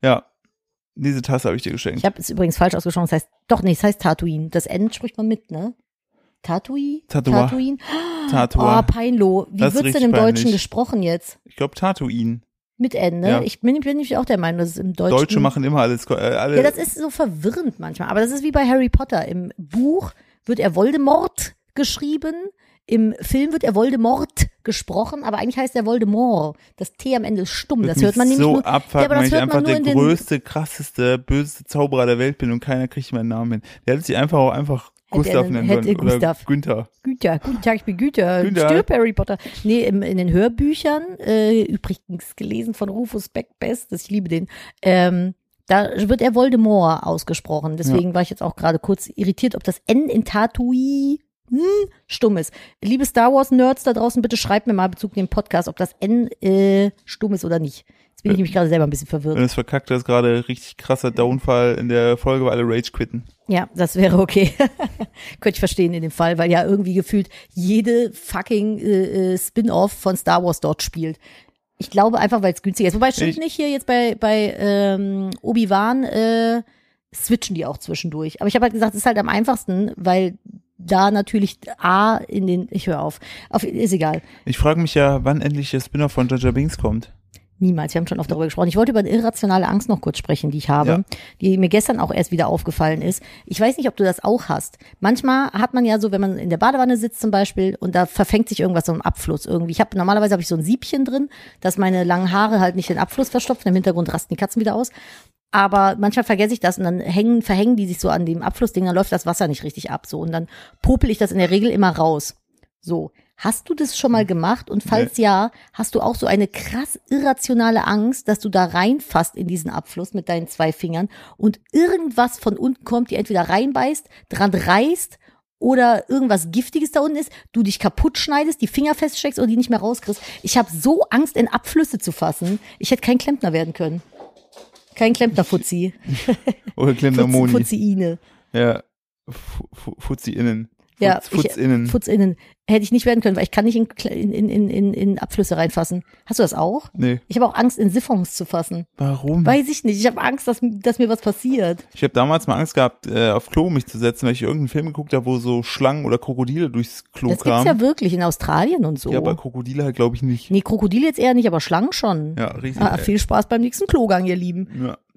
A: Ja, diese Tasse habe ich dir geschenkt.
B: Ich habe es übrigens falsch ausgesprochen. Es heißt doch nicht, es heißt Tatooine. Das N spricht man mit, ne? Tatui?
A: Tatua.
B: Tatooine?
A: Tatua.
B: Oh, peinlo. Wie
A: Das ist
B: wird's
A: richtig
B: denn im Deutschen
A: peinlich.
B: gesprochen jetzt?
A: Ich glaube Tatooine.
B: Mit N, ne?
A: Ja.
B: Ich bin, bin ich auch der Meinung, dass es im Deutschen.
A: Deutsche machen immer alles. ko- Äh, alle
B: ne? Ja, das ist so verwirrend manchmal. Aber das ist wie bei Harry Potter. Im Buch wird er Voldemort geschrieben. Im Film wird er Voldemort gesprochen, aber eigentlich heißt er Voldemort. Das T am Ende ist stumm.
A: Wird
B: das hört
A: mich
B: man nämlich
A: so
B: nur.
A: abfucken,
B: ja, aber
A: weil
B: das
A: ich
B: hört
A: einfach
B: man nur
A: der
B: in den
A: größte, krasseste, böseste Zauberer der Welt bin und keiner kriegt meinen Namen hin. Der hätte sich einfach auch einfach
B: Hätte
A: Gustav
B: er-
A: nennen
B: hätte
A: können. Oder
B: Gustav.
A: Günther.
B: Güter, guten Tag, ich bin Güter.
A: Güter.
B: Stirb Harry Potter. Nee, im, in den Hörbüchern, äh, übrigens gelesen von Rufus Beck Bestes, ich liebe den, ähm, da wird er Voldemort ausgesprochen. Deswegen war ich jetzt auch gerade kurz irritiert, ob das N in Tatui hm, stumm ist. Liebe Star Wars-Nerds da draußen, bitte schreibt mir mal Bezug dem Podcast, ob das N äh, stumm ist oder nicht. Jetzt bin ich nämlich gerade selber ein bisschen verwirrt.
A: Wenn es verkackt ist, gerade richtig krasser Downfall in der Folge, weil alle Rage quitten.
B: Ja, das wäre okay. Könnte ich verstehen in dem Fall, weil ja irgendwie gefühlt jede fucking äh, äh, Spin-off von Star Wars dort spielt. Ich glaube einfach, weil es günstiger ist. Wobei stimmt
A: Ich-
B: nicht hier jetzt bei, bei ähm, Obi-Wan äh, switchen die auch zwischendurch. Aber ich habe halt gesagt, es ist halt am einfachsten, weil da natürlich A in den. Ich höre auf. auf. Ist egal.
A: Ich frage mich ja, wann endlich der Spinner von Jaja Binks kommt.
B: Niemals, wir haben schon oft darüber gesprochen. Ich wollte über eine irrationale Angst noch kurz sprechen, die ich habe,
A: Ja.
B: die mir gestern auch erst wieder aufgefallen ist. Ich weiß nicht, ob du das auch hast. Manchmal hat man ja so, wenn man in der Badewanne sitzt zum Beispiel und da verfängt sich irgendwas so im Abfluss irgendwie. Ich habe normalerweise habe ich so ein Siebchen drin, dass meine langen Haare halt nicht den Abfluss verstopfen. Im Hintergrund rasten die Katzen wieder aus. Aber manchmal vergesse ich das und dann hängen, verhängen die sich so an dem Abflussding, dann läuft das Wasser nicht richtig ab. So, und dann popel ich das in der Regel immer raus. So. Hast du das schon mal gemacht? Und falls ja, hast du auch so eine krass irrationale Angst, dass du da reinfasst in diesen Abfluss mit deinen zwei Fingern und irgendwas von unten kommt, die entweder reinbeißt, dran reißt oder irgendwas Giftiges da unten ist, du dich kaputt schneidest, die Finger feststeckst oder die nicht mehr rauskriegst. Ich habe so Angst, in Abflüsse zu fassen. Ich hätte kein Klempner werden können. Kein Klempner-Fuzzi.
A: Oder Klemmermoni.
B: Fuzzi- Fuzziine.
A: Ja. Fu- Fu- Fuzzi-Innen. Futz-
B: Ja, ich-
A: Futz-Innen.
B: Futzinnen. Hätte ich nicht werden können, weil ich kann nicht in, Kle- in, in, in, in Abflüsse reinfassen. Hast du das auch?
A: nee.
B: Ich habe auch Angst, in Siphons zu
A: Hm.
B: fassen.
A: Warum?
B: Weiß ich nicht. Ich habe Angst, dass, dass mir was passiert.
A: Ich habe damals mal Angst gehabt, äh, auf Klo mich zu setzen, weil ich irgendeinen Film geguckt habe, wo so Schlangen oder Krokodile durchs Klo
B: Das gibt's
A: kamen.
B: ja wirklich in Australien und so.
A: ja, aber Krokodile halt, glaube ich, nicht.
B: nee, Krokodil jetzt eher nicht, aber Schlangen schon.
A: Ja, richtig.
B: Ah,
A: äh,
B: viel Spaß beim nächsten Klogang, ihr Lieben.
A: ja.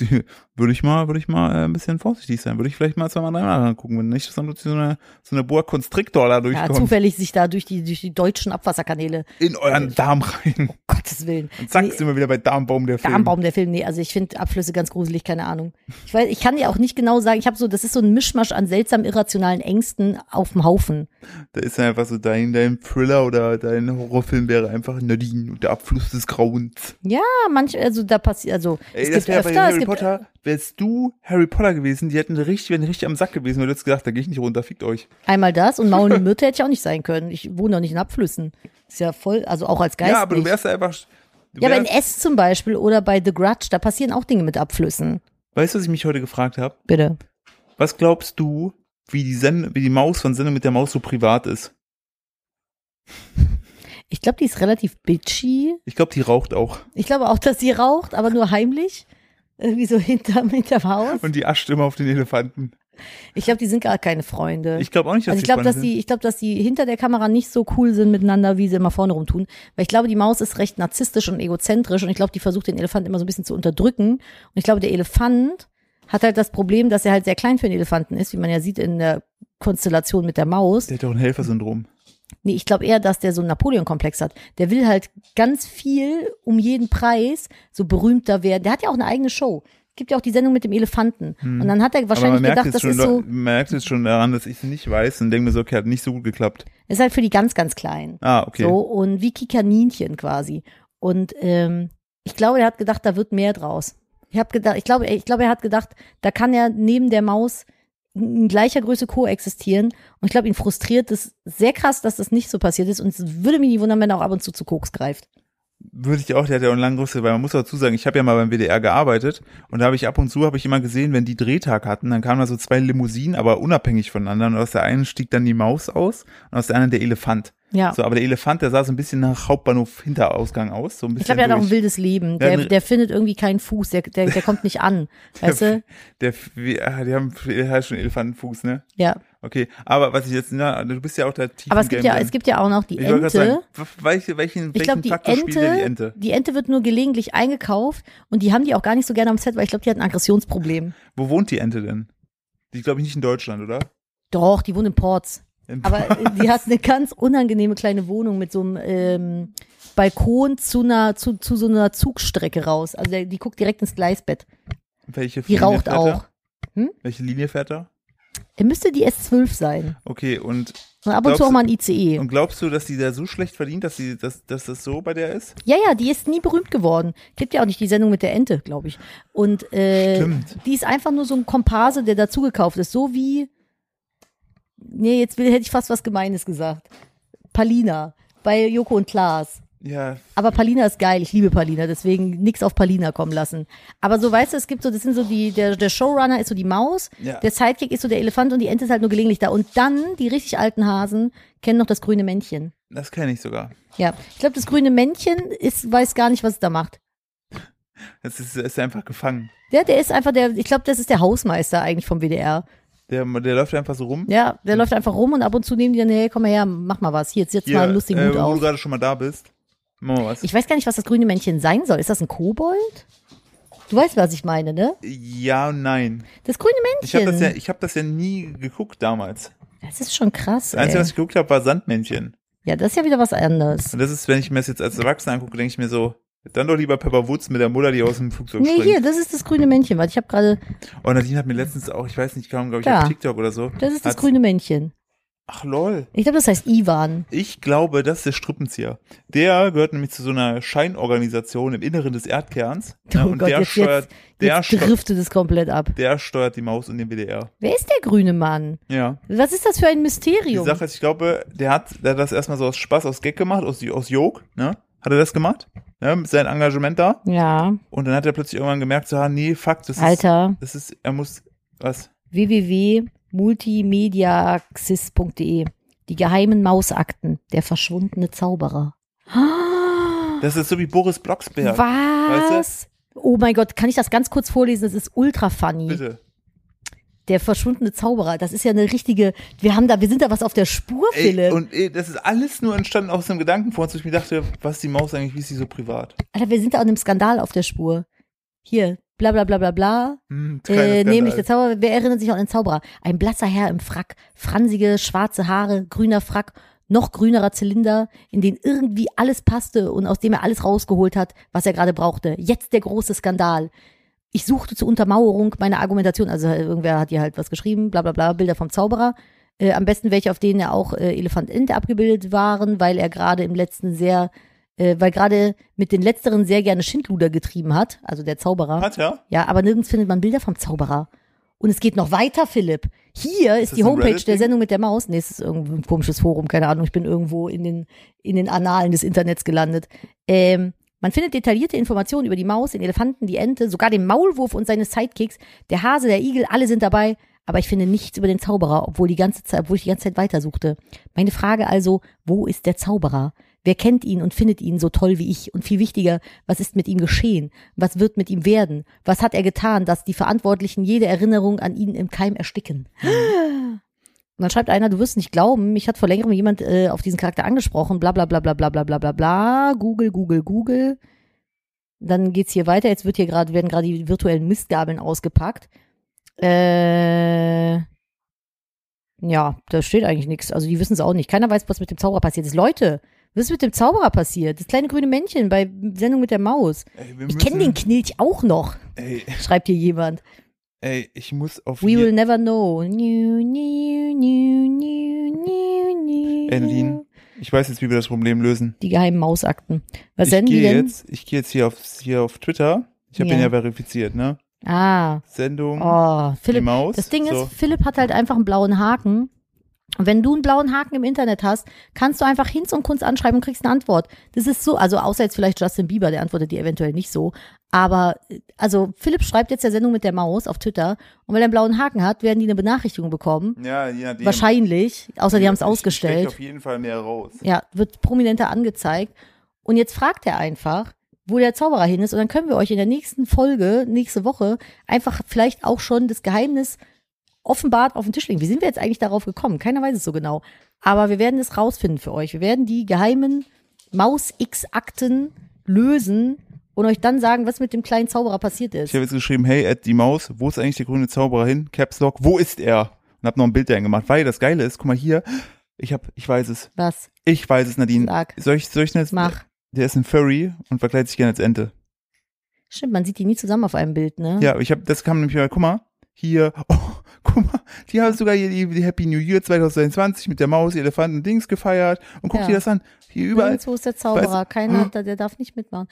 A: Die- Würde ich mal, würde ich mal äh, ein bisschen vorsichtig sein. Würde ich vielleicht mal zweimal, dreimal angucken, wenn nicht, dass dann so eine, so eine Boa Constrictor da
B: Ja,
A: durchkommt.
B: zufällig sich da durch die, durch die deutschen Abwasserkanäle.
A: in euren Darm rein.
B: Gottes Willen.
A: Und zack,
B: Nee.
A: sind wir wieder bei Darmbaum der Film.
B: Darmbaum der Film, nee, also ich finde Abflüsse ganz gruselig, keine Ahnung. Ich weiß, ich kann dir auch nicht genau sagen, ich habe so, das ist so ein Mischmasch an seltsam irrationalen Ängsten auf dem Haufen.
A: Da ist dann einfach so dein, dein Thriller oder dein Horrorfilm wäre einfach Nadine und der Abfluss des Grauens.
B: Ja, manch, also da passiert, also
A: Ey,
B: es
A: das
B: gibt
A: wäre
B: öfter,
A: bei
B: es
A: Harry
B: gibt,
A: Potter, wärst du Harry Potter gewesen, die hätten richtig, wären richtig am Sack gewesen, weil du hättest gesagt, da geh ich nicht runter, fickt euch.
B: Einmal das und maulende Myrte hätte ich auch nicht sein können. Ich wohne doch nicht in Abflüssen. Ist ja voll, also auch als Geist.
A: ja, aber du
B: nicht.
A: wärst da einfach. Du
B: ja, aber in
A: wärst,
B: S zum Beispiel oder bei The Grudge, da passieren auch Dinge mit Abflüssen.
A: weißt du, was ich mich heute gefragt habe?
B: Bitte.
A: Was glaubst du, wie die, Send wie die Maus von Sendung mit der Maus so privat ist?
B: Ich glaube, die ist relativ bitchy.
A: Ich glaube, die raucht auch.
B: Ich glaube auch, dass sie raucht, aber nur heimlich. Irgendwie so hinterm, hinterm Haus.
A: Und die ascht immer auf den Elefanten.
B: Ich glaube, die sind gar keine Freunde.
A: Ich glaube auch nicht, dass
B: also ich glaube,
A: Freunde
B: dass die, ich glaube, dass die hinter der Kamera nicht so cool sind miteinander, wie sie immer vorne rumtun. Weil ich glaube, die Maus ist recht narzisstisch und egozentrisch und ich glaube, die versucht den Elefant immer so ein bisschen zu unterdrücken. Und ich glaube, der Elefant hat halt das Problem, dass er halt sehr klein für den Elefanten ist, wie man ja sieht in der Konstellation mit der Maus.
A: sind. Der hat doch ein Helfersyndrom.
B: Nee, ich glaube eher, dass der so einen Napoleon-Komplex hat. Der will halt ganz viel um jeden Preis so berühmter werden. Der hat ja auch eine eigene Show. Es gibt ja auch die Sendung mit dem Elefanten. Und dann hat er
A: Hm. Aber
B: wahrscheinlich
A: man merkt,
B: gedacht,
A: es
B: das
A: schon,
B: ist so,
A: man merkt es schon daran, dass ich es nicht weiß und denke mir so, okay, hat nicht so gut geklappt.
B: ist halt für die ganz, ganz Kleinen.
A: Ah, okay.
B: So, und wie Kikaninchen quasi. Und ähm, ich glaube, er hat gedacht, da wird mehr draus. Ich habe gedacht, ich glaube, ich glaube, er hat gedacht, da kann ja neben der Maus in gleicher Größe koexistieren. Und ich glaube, ihn frustriert es sehr krass, dass das nicht so passiert ist. Und es würde mich nicht wundern, wenn er auch ab und zu zu Koks greift.
A: Würde ich auch, der hat ja auch einen langen Rüssel, weil man muss dazu sagen, ich habe ja mal beim WDR gearbeitet und da habe ich ab und zu, habe ich immer gesehen, wenn die Drehtag hatten, dann kamen da so zwei Limousinen, aber unabhängig voneinander und aus der einen stieg dann die Maus aus und aus der anderen der Elefant.
B: Ja.
A: So, aber der Elefant, der sah so ein bisschen nach Hauptbahnhof Hinterausgang aus, so ein bisschen
B: ich glaube, er hat auch ein
A: durch.
B: wildes Leben.
A: Ja,
B: Der,
A: ne-
B: der findet irgendwie keinen Fuß, der, der, der kommt nicht an. weißt du?
A: Der, wie- ah, die haben der hat schon Elefantenfuß, ne?
B: Ja.
A: Okay, aber was ich jetzt, na, du bist ja auch der Team
B: Aber es gibt ja, es gibt ja auch noch die
A: ich wollte
B: Ente.
A: gerade sagen, w- welche, welchen,
B: Ich
A: welchen
B: glaube, die
A: Faktor
B: Ente,
A: spielt denn die Ente?
B: wird nur gelegentlich eingekauft und die haben die auch gar nicht so gerne am Set, weil ich glaube, die hat ein Aggressionsproblem.
A: Wo wohnt die Ente denn? Die glaube ich nicht in Deutschland, oder?
B: Doch, die wohnt in Ports.
A: In
B: Aber äh, die hat eine ganz unangenehme kleine Wohnung mit so einem ähm, Balkon zu, einer, zu, zu so einer Zugstrecke raus. Also der, die guckt direkt ins Gleisbett.
A: Welche
B: Die
A: Linie
B: raucht
A: fährt er?
B: auch.
A: Welche Linie fährt er?
B: Er müsste die S12 sein.
A: Okay, und,
B: Und ab und zu
A: Glaubst
B: auch
A: du-
B: mal ein E. ICE.
A: und glaubst du, dass die da so schlecht verdient, dass, die, dass, dass das so bei der ist?
B: Ja, ja, die ist nie berühmt geworden. Gibt ja auch nicht die Sendung mit der Ente, glaube ich. Und äh,
A: Stimmt.
B: die ist einfach nur so ein Komparse, der dazugekauft ist. So wie, nee, jetzt will, hätte ich fast was Gemeines gesagt. Palina bei Joko und Klaas.
A: Ja,
B: Aber Palina ist geil, ich liebe Palina, deswegen nix auf Palina kommen lassen. Aber so, weißt du, es gibt so, das sind so die, der, der Showrunner ist so die Maus,
A: Ja.
B: der Sidekick ist so der Elefant und die Ente ist halt nur gelegentlich da. Und dann, die richtig alten Hasen, kennen noch das grüne Männchen.
A: das kenne ich sogar.
B: Ja, ich glaube, das grüne Männchen ist, weiß gar nicht, was es da macht.
A: Das ist, ist einfach gefangen.
B: Der, der ist einfach der, ich glaube, das ist der Hausmeister eigentlich vom WDR.
A: Der, der läuft einfach so rum.
B: Ja, der läuft einfach rum und ab und zu nehmen die dann, hey, komm mal her, mach mal was. Hier, jetzt, jetzt mal lustig
A: äh,
B: Mut
A: wo du
B: auf.
A: gerade schon mal da bist. Machen wir was.
B: Ich weiß gar nicht, was das grüne Männchen sein soll. Ist das ein Kobold? Du weißt, was ich meine, ne?
A: ja, nein.
B: Das grüne
A: Ich habe
B: Männchen.
A: das, ja, ich hab das ja nie geguckt damals.
B: Das ist schon krass.
A: Das Einzige,
B: Ey.
A: was ich geguckt habe, war Sandmännchen.
B: Ja, das ist ja wieder was anderes.
A: Und das ist, wenn ich mir das jetzt als Erwachsener angucke, denke ich mir so, dann doch lieber Pepper Woods mit der Mutter, die aus dem Flugzeug
B: Nee, hier,
A: springt.
B: das ist das grüne Männchen, weil ich habe gerade,
A: Und Nadine hat mir letztens auch, ich weiß nicht, kaum, glaube ich,
B: Da.
A: auf TikTok oder so.
B: das ist das
A: hat-
B: grüne Männchen.
A: Ach lol.
B: Ich glaube, das heißt Ivan.
A: Ich glaube, das ist der Strippenzieher. Der gehört nämlich zu so einer Scheinorganisation im Inneren des Erdkerns.
B: Oh
A: ne, und
B: Gott,
A: der,
B: jetzt,
A: steuert,
B: jetzt,
A: der,
B: jetzt
A: steu
B: driftet es komplett ab.
A: der steuert die Maus und den WDR.
B: Wer ist der grüne Mann?
A: Ja.
B: Was ist das für ein
A: Die
B: Mysterium?
A: Sache ist, ich glaube, der hat, der hat das erstmal so aus Spaß, aus Gag gemacht, aus, aus Jog, ne? Hat er das gemacht? Ja, mit seinem Engagement da.
B: ja,
A: Und dann hat er plötzlich irgendwann gemerkt, so, ah, nee, fuck, das ist,
B: Alter,
A: das ist, er muss, was?
B: www.multimediaxis.de. Die geheimen Mausakten, der verschwundene Zauberer. Ah,
A: Das ist so wie Boris Blocksberg.
B: Was? Oh mein Gott, kann ich das ganz kurz vorlesen? Das ist ultra funny.
A: Bitte.
B: Der verschwundene Zauberer, das ist ja eine richtige, wir haben da, wir sind da was auf der Spur,
A: Ey,
B: Philipp.
A: und ey, das ist alles nur entstanden aus dem Gedanken von uns, wo ich mir dachte, was ist die Maus eigentlich, wie ist sie so privat?
B: Alter, wir sind da an einem Skandal auf der Spur. Hier, bla bla bla bla bla.
A: Hm, kleiner
B: Äh,
A: Skandal.
B: nämlich der Zauberer, wer erinnert sich an den Zauberer? Ein blasser Herr im Frack, fransige, schwarze Haare, grüner Frack, noch grünerer Zylinder, in den irgendwie alles passte und aus dem er alles rausgeholt hat, was er gerade brauchte. Jetzt der große Skandal. Ich suchte zur Untermauerung meiner Argumentation, also irgendwer hat hier halt was geschrieben, bla bla bla, Bilder vom Zauberer. Äh, am besten welche, auf denen ja auch äh, Elefant Ente abgebildet waren, weil er gerade im letzten sehr, äh, weil gerade mit den letzteren sehr gerne Schindluder getrieben hat, also der Zauberer.
A: Hat ja?
B: Ja, aber nirgends findet man Bilder vom Zauberer. Und es geht noch weiter, Philipp. Hier ist,
A: das
B: die
A: ein
B: Homepage der
A: Reddit-Ding?
B: Sendung mit der Maus. Nee, es ist irgendwie ein komisches Forum, keine Ahnung. Ich bin irgendwo in den, in den Analen des Internets gelandet. Ähm, man findet detaillierte Informationen über die Maus, den Elefanten, die Ente, sogar den Maulwurf und seine Sidekicks, der Hase, der Igel, alle sind dabei. Aber ich finde nichts über den Zauberer, obwohl, die ganze Zeit, obwohl ich die ganze Zeit weitersuchte. Meine Frage also, wo ist der Zauberer? Wer kennt ihn und findet ihn so toll wie ich? Und viel wichtiger, was ist mit ihm geschehen? Was wird mit ihm werden? Was hat er getan, dass die Verantwortlichen jede Erinnerung an ihn im Keim ersticken? Und dann schreibt einer, du wirst nicht glauben, mich hat vor längerem jemand äh, auf diesen Charakter angesprochen, bla bla bla bla bla bla bla bla bla, Google, Google, Google. Dann geht's hier weiter, jetzt wird hier gerade, werden gerade die virtuellen Mistgabeln ausgepackt. Äh, ja, da steht eigentlich nichts. Also die wissen es auch nicht. Keiner weiß, was mit dem Zauberer passiert ist. Leute, was ist mit dem Zauberer passiert? Das kleine grüne Männchen bei Sendung mit der Maus.
A: Ey, wir
B: Ich kenne den
A: müssen-
B: Knilch auch noch,
A: Ey,
B: schreibt hier jemand.
A: ey, ich muss auf
B: We
A: je-
B: will never know. New, new, new, new, new, new.
A: Berlin. Ich weiß jetzt, wie wir das Problem lösen.
B: Die geheimen Mausakten. Was
A: ich
B: senden die
A: gehe
B: denn?
A: jetzt, ich gehe jetzt hier auf, hier auf Twitter. Ich habe
B: Ja.
A: ihn ja verifiziert, ne?
B: Ah,
A: Sendung,
B: oh,
A: die
B: Philipp.
A: Maus.
B: Das Ding
A: so.
B: ist, Philipp hat halt einfach einen blauen Haken. Und wenn du einen blauen Haken im Internet hast, kannst du einfach Hinz und Kunst anschreiben und kriegst eine Antwort. Das ist so, also außer jetzt vielleicht Justin Bieber, der antwortet dir eventuell nicht so. Aber, äh, also Philipp schreibt jetzt der Sendung mit der Maus auf Twitter. Und weil er einen blauen Haken hat, werden die eine Benachrichtigung bekommen.
A: Ja, je nachdem.
B: Wahrscheinlich, außer die haben es
A: Ich steck
B: ausgestellt.
A: auf jeden Fall mehr raus.
B: Ja, wird prominenter angezeigt. Und jetzt fragt er einfach, wo der Zauberer hin ist. Und dann können wir euch in der nächsten Folge, nächste Woche, einfach vielleicht auch schon das Geheimnis offenbart auf den Tisch legen. Wie sind wir jetzt eigentlich darauf gekommen? Keiner weiß es so genau. Aber wir werden es rausfinden für euch. Wir werden die geheimen Maus-X-Akten lösen und euch dann sagen, was mit dem kleinen Zauberer passiert
A: Ich
B: ist.
A: habe jetzt geschrieben, hey, Ed, die Maus, wo ist eigentlich der grüne Zauberer hin? Caps Lock, wo ist er? Und habe noch ein Bild dahin gemacht, weil das Geile ist, guck mal hier, ich hab, ich weiß es,
B: Was?
A: ich weiß es, Nadine.
B: Sag.
A: Soll ich, soll ich denn jetzt,
B: Mach.
A: der ist ein Furry und verkleidet sich gerne als Ente.
B: Stimmt, man sieht die nie zusammen auf einem Bild, ne?
A: Ja, ich habe, das kam nämlich mal, guck mal, hier, oh, guck mal, die haben sogar hier die, die Happy New Year 2021 mit der Maus, Elefanten, Dings gefeiert und guck
B: Ja.
A: dir das an, hier überall. Hm.
B: Nirgendwo ist der Zauberer. Keiner, hat da- der darf nicht mitmachen.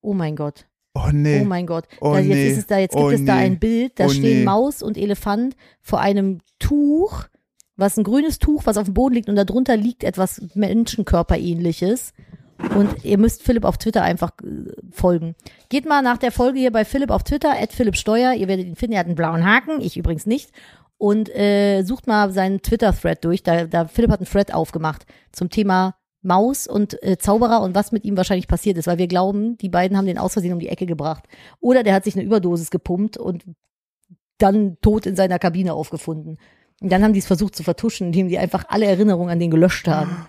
B: Oh mein Gott.
A: Oh nee,
B: Oh mein Gott.
A: Oh
B: da, jetzt
A: nee.
B: ist es da, jetzt gibt
A: Oh
B: es da
A: nee.
B: ein Bild, da
A: Oh
B: stehen
A: nee.
B: Maus und Elefant vor einem Tuch, was ein grünes Tuch, was auf dem Boden liegt und darunter liegt etwas Menschenkörperähnliches. Und ihr müsst Philipp auf Twitter einfach äh, folgen. Geht mal nach der Folge hier bei Philipp auf Twitter, at Philipp Steuer. Ihr werdet ihn finden, er hat einen blauen Haken, ich übrigens nicht. Und äh, sucht mal seinen Twitter-Thread durch. Da, da Philipp hat einen Thread aufgemacht zum Thema Maus und äh, Zauberer und was mit ihm wahrscheinlich passiert ist, weil wir glauben, die beiden haben den aus Versehen um die Ecke gebracht. Oder der hat sich eine Überdosis gepumpt und dann tot in seiner Kabine aufgefunden. Und dann haben die es versucht zu vertuschen, indem die einfach alle Erinnerungen an den gelöscht haben.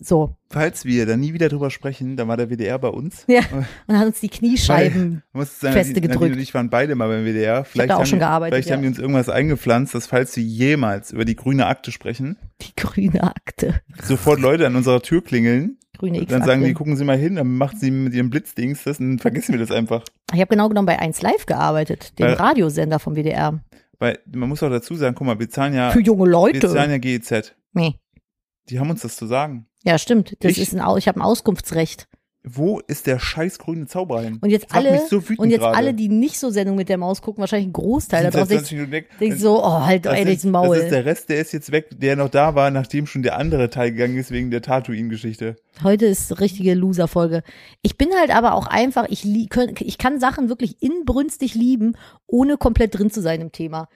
B: So.
A: Falls wir da nie wieder drüber sprechen, dann war der WDR bei uns.
B: Ja. Und hat uns die Kniescheiben.
A: Muss sagen, Nadine-
B: Feste
A: Nadine
B: gedrückt.
A: Und ich waren beide mal beim WDR. Vielleicht,
B: da auch
A: haben,
B: schon
A: die,
B: gearbeitet,
A: vielleicht
B: ja.
A: haben die uns irgendwas eingepflanzt, dass falls wir jemals über die grüne Akte sprechen,
B: Die grüne Akte.
A: sofort Leute an unserer Tür klingeln.
B: Grüne X-Akte.
A: Dann sagen die, gucken Sie mal hin, dann macht sie mit ihrem Blitzdings das und dann vergessen wir das einfach.
B: Ich habe genau genommen bei 1 Live gearbeitet, dem
A: Weil-
B: Radiosender vom WDR.
A: Weil man muss auch dazu sagen, guck mal, wir zahlen ja,
B: Für junge
A: wir zahlen
B: Leute.
A: ja GEZ.
B: Nee.
A: Die haben uns das zu sagen.
B: Ja, stimmt. Das
A: Ich-
B: ist ein, Au- ich habe ein Auskunftsrecht.
A: Wo ist der scheiß grüne Zauber hin?
B: Und jetzt
A: Das macht
B: alle,
A: mich so wütend
B: und jetzt
A: gerade.
B: alle, die nicht so Sendung mit der Maus gucken, wahrscheinlich einen Großteil darauf. Denkst
A: Denke
B: denkst so, oh, halt
A: Das
B: ey,
A: ist,
B: diesen
A: das ist
B: Maul.
A: der Rest, der ist jetzt weg, der noch da war, nachdem schon der andere Teil gegangen ist wegen der Tatooine-Geschichte.
B: Heute ist richtige Loser-Folge. Ich bin halt aber auch einfach, ich, lie- könn- ich kann Sachen wirklich inbrünstig lieben, ohne komplett drin zu sein im Thema.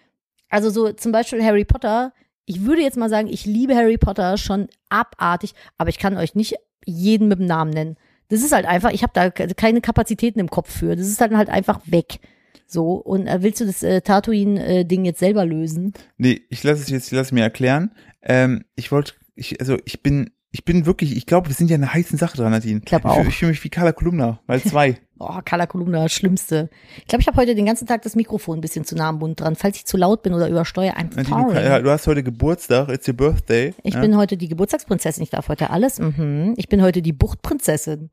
B: Also so zum Beispiel Harry Potter. Ich würde jetzt mal sagen, ich liebe Harry Potter schon abartig, aber ich kann euch nicht jeden mit dem Namen nennen. Das ist halt einfach, ich habe da ke- keine Kapazitäten im Kopf für. Das ist dann halt einfach weg. So, und äh, willst du das äh, Tatooine-Ding jetzt selber lösen?
A: Nee, ich lasse es jetzt, ich lasse es mir erklären. Ähm, ich wollte, ich, also ich bin, ich bin wirklich, ich glaube, wir sind ja in einer heißen Sache dran, Nadine.
B: Ich glaub
A: ich fühl-
B: auch.
A: Ich fühle mich wie Carla Kolumna, weil zwei.
B: Oh, Kala Kolumna, Schlimmste. Ich glaube, ich habe heute den ganzen Tag das Mikrofon ein bisschen zu nah am Mund dran. Falls ich zu laut bin oder übersteuere, I'm
A: Nadine, du, ja,
B: sorry.
A: du hast heute Geburtstag, it's your birthday.
B: Ich
A: ja?
B: bin heute die Geburtstagsprinzessin, ich darf heute alles. Mhm. Ich bin heute die Buchtprinzessin.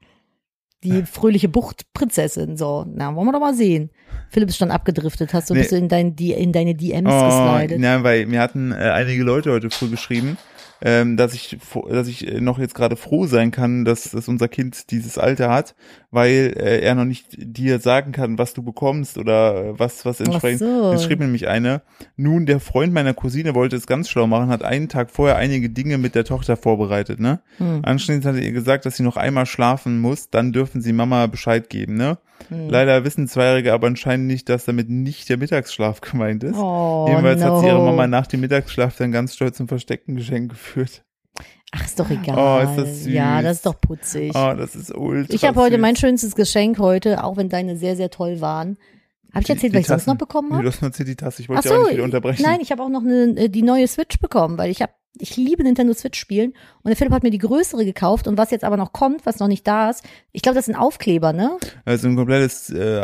B: Die fröhliche Buchtprinzessin. So, na, wollen wir doch mal sehen. Philipp ist schon abgedriftet. Hast du
A: Nee.
B: ein bisschen in, dein, die, in deine DMs
A: Oh,
B: geslidet?
A: nein, weil mir hatten äh, einige Leute heute früh geschrieben, ähm, dass ich, fro- dass ich äh, noch jetzt gerade froh sein kann, dass, dass unser Kind dieses Alter hat, weil äh, er noch nicht dir sagen kann, was du bekommst oder äh, was was entsprechend.
B: so.
A: Jetzt schrieb mir nämlich eine. Nun, der Freund meiner Cousine wollte es ganz schlau machen, hat einen Tag vorher einige Dinge mit der Tochter vorbereitet, ne?
B: Hm.
A: Anschließend hat er ihr gesagt, dass sie noch einmal schlafen muss, dann dürfen sie Mama Bescheid geben, ne?
B: Hm. Mhm.
A: Leider wissen Zweijährige aber anscheinend nicht, dass damit nicht der Mittagsschlaf gemeint ist.
B: Oh,
A: Jedenfalls
B: no.
A: hat sie ihre Mama nach dem Mittagsschlaf dann ganz stolz zum versteckten Geschenk geführt.
B: Ach, ist doch egal.
A: Oh, ist das süß.
B: Ja, das ist doch putzig.
A: Oh, das ist ultra.
B: ich habe heute
A: süß.
B: mein schönstes Geschenk heute, auch wenn deine sehr, sehr toll waren. Habe ich erzählt, was ich sonst noch bekommen
A: Nee,
B: habe?
A: du hast nur erzählt die Tasse. Ich
B: Ach
A: wollte ja auch
B: so,
A: nicht wieder unterbrechen.
B: nein, ich habe auch noch eine, äh, die neue Switch bekommen, weil ich habe, ich liebe Nintendo Switch spielen und der Philipp hat mir die größere gekauft und was jetzt aber noch kommt, was noch nicht da ist, ich glaube, das sind Aufkleber, ne?
A: Also ein komplettes äh,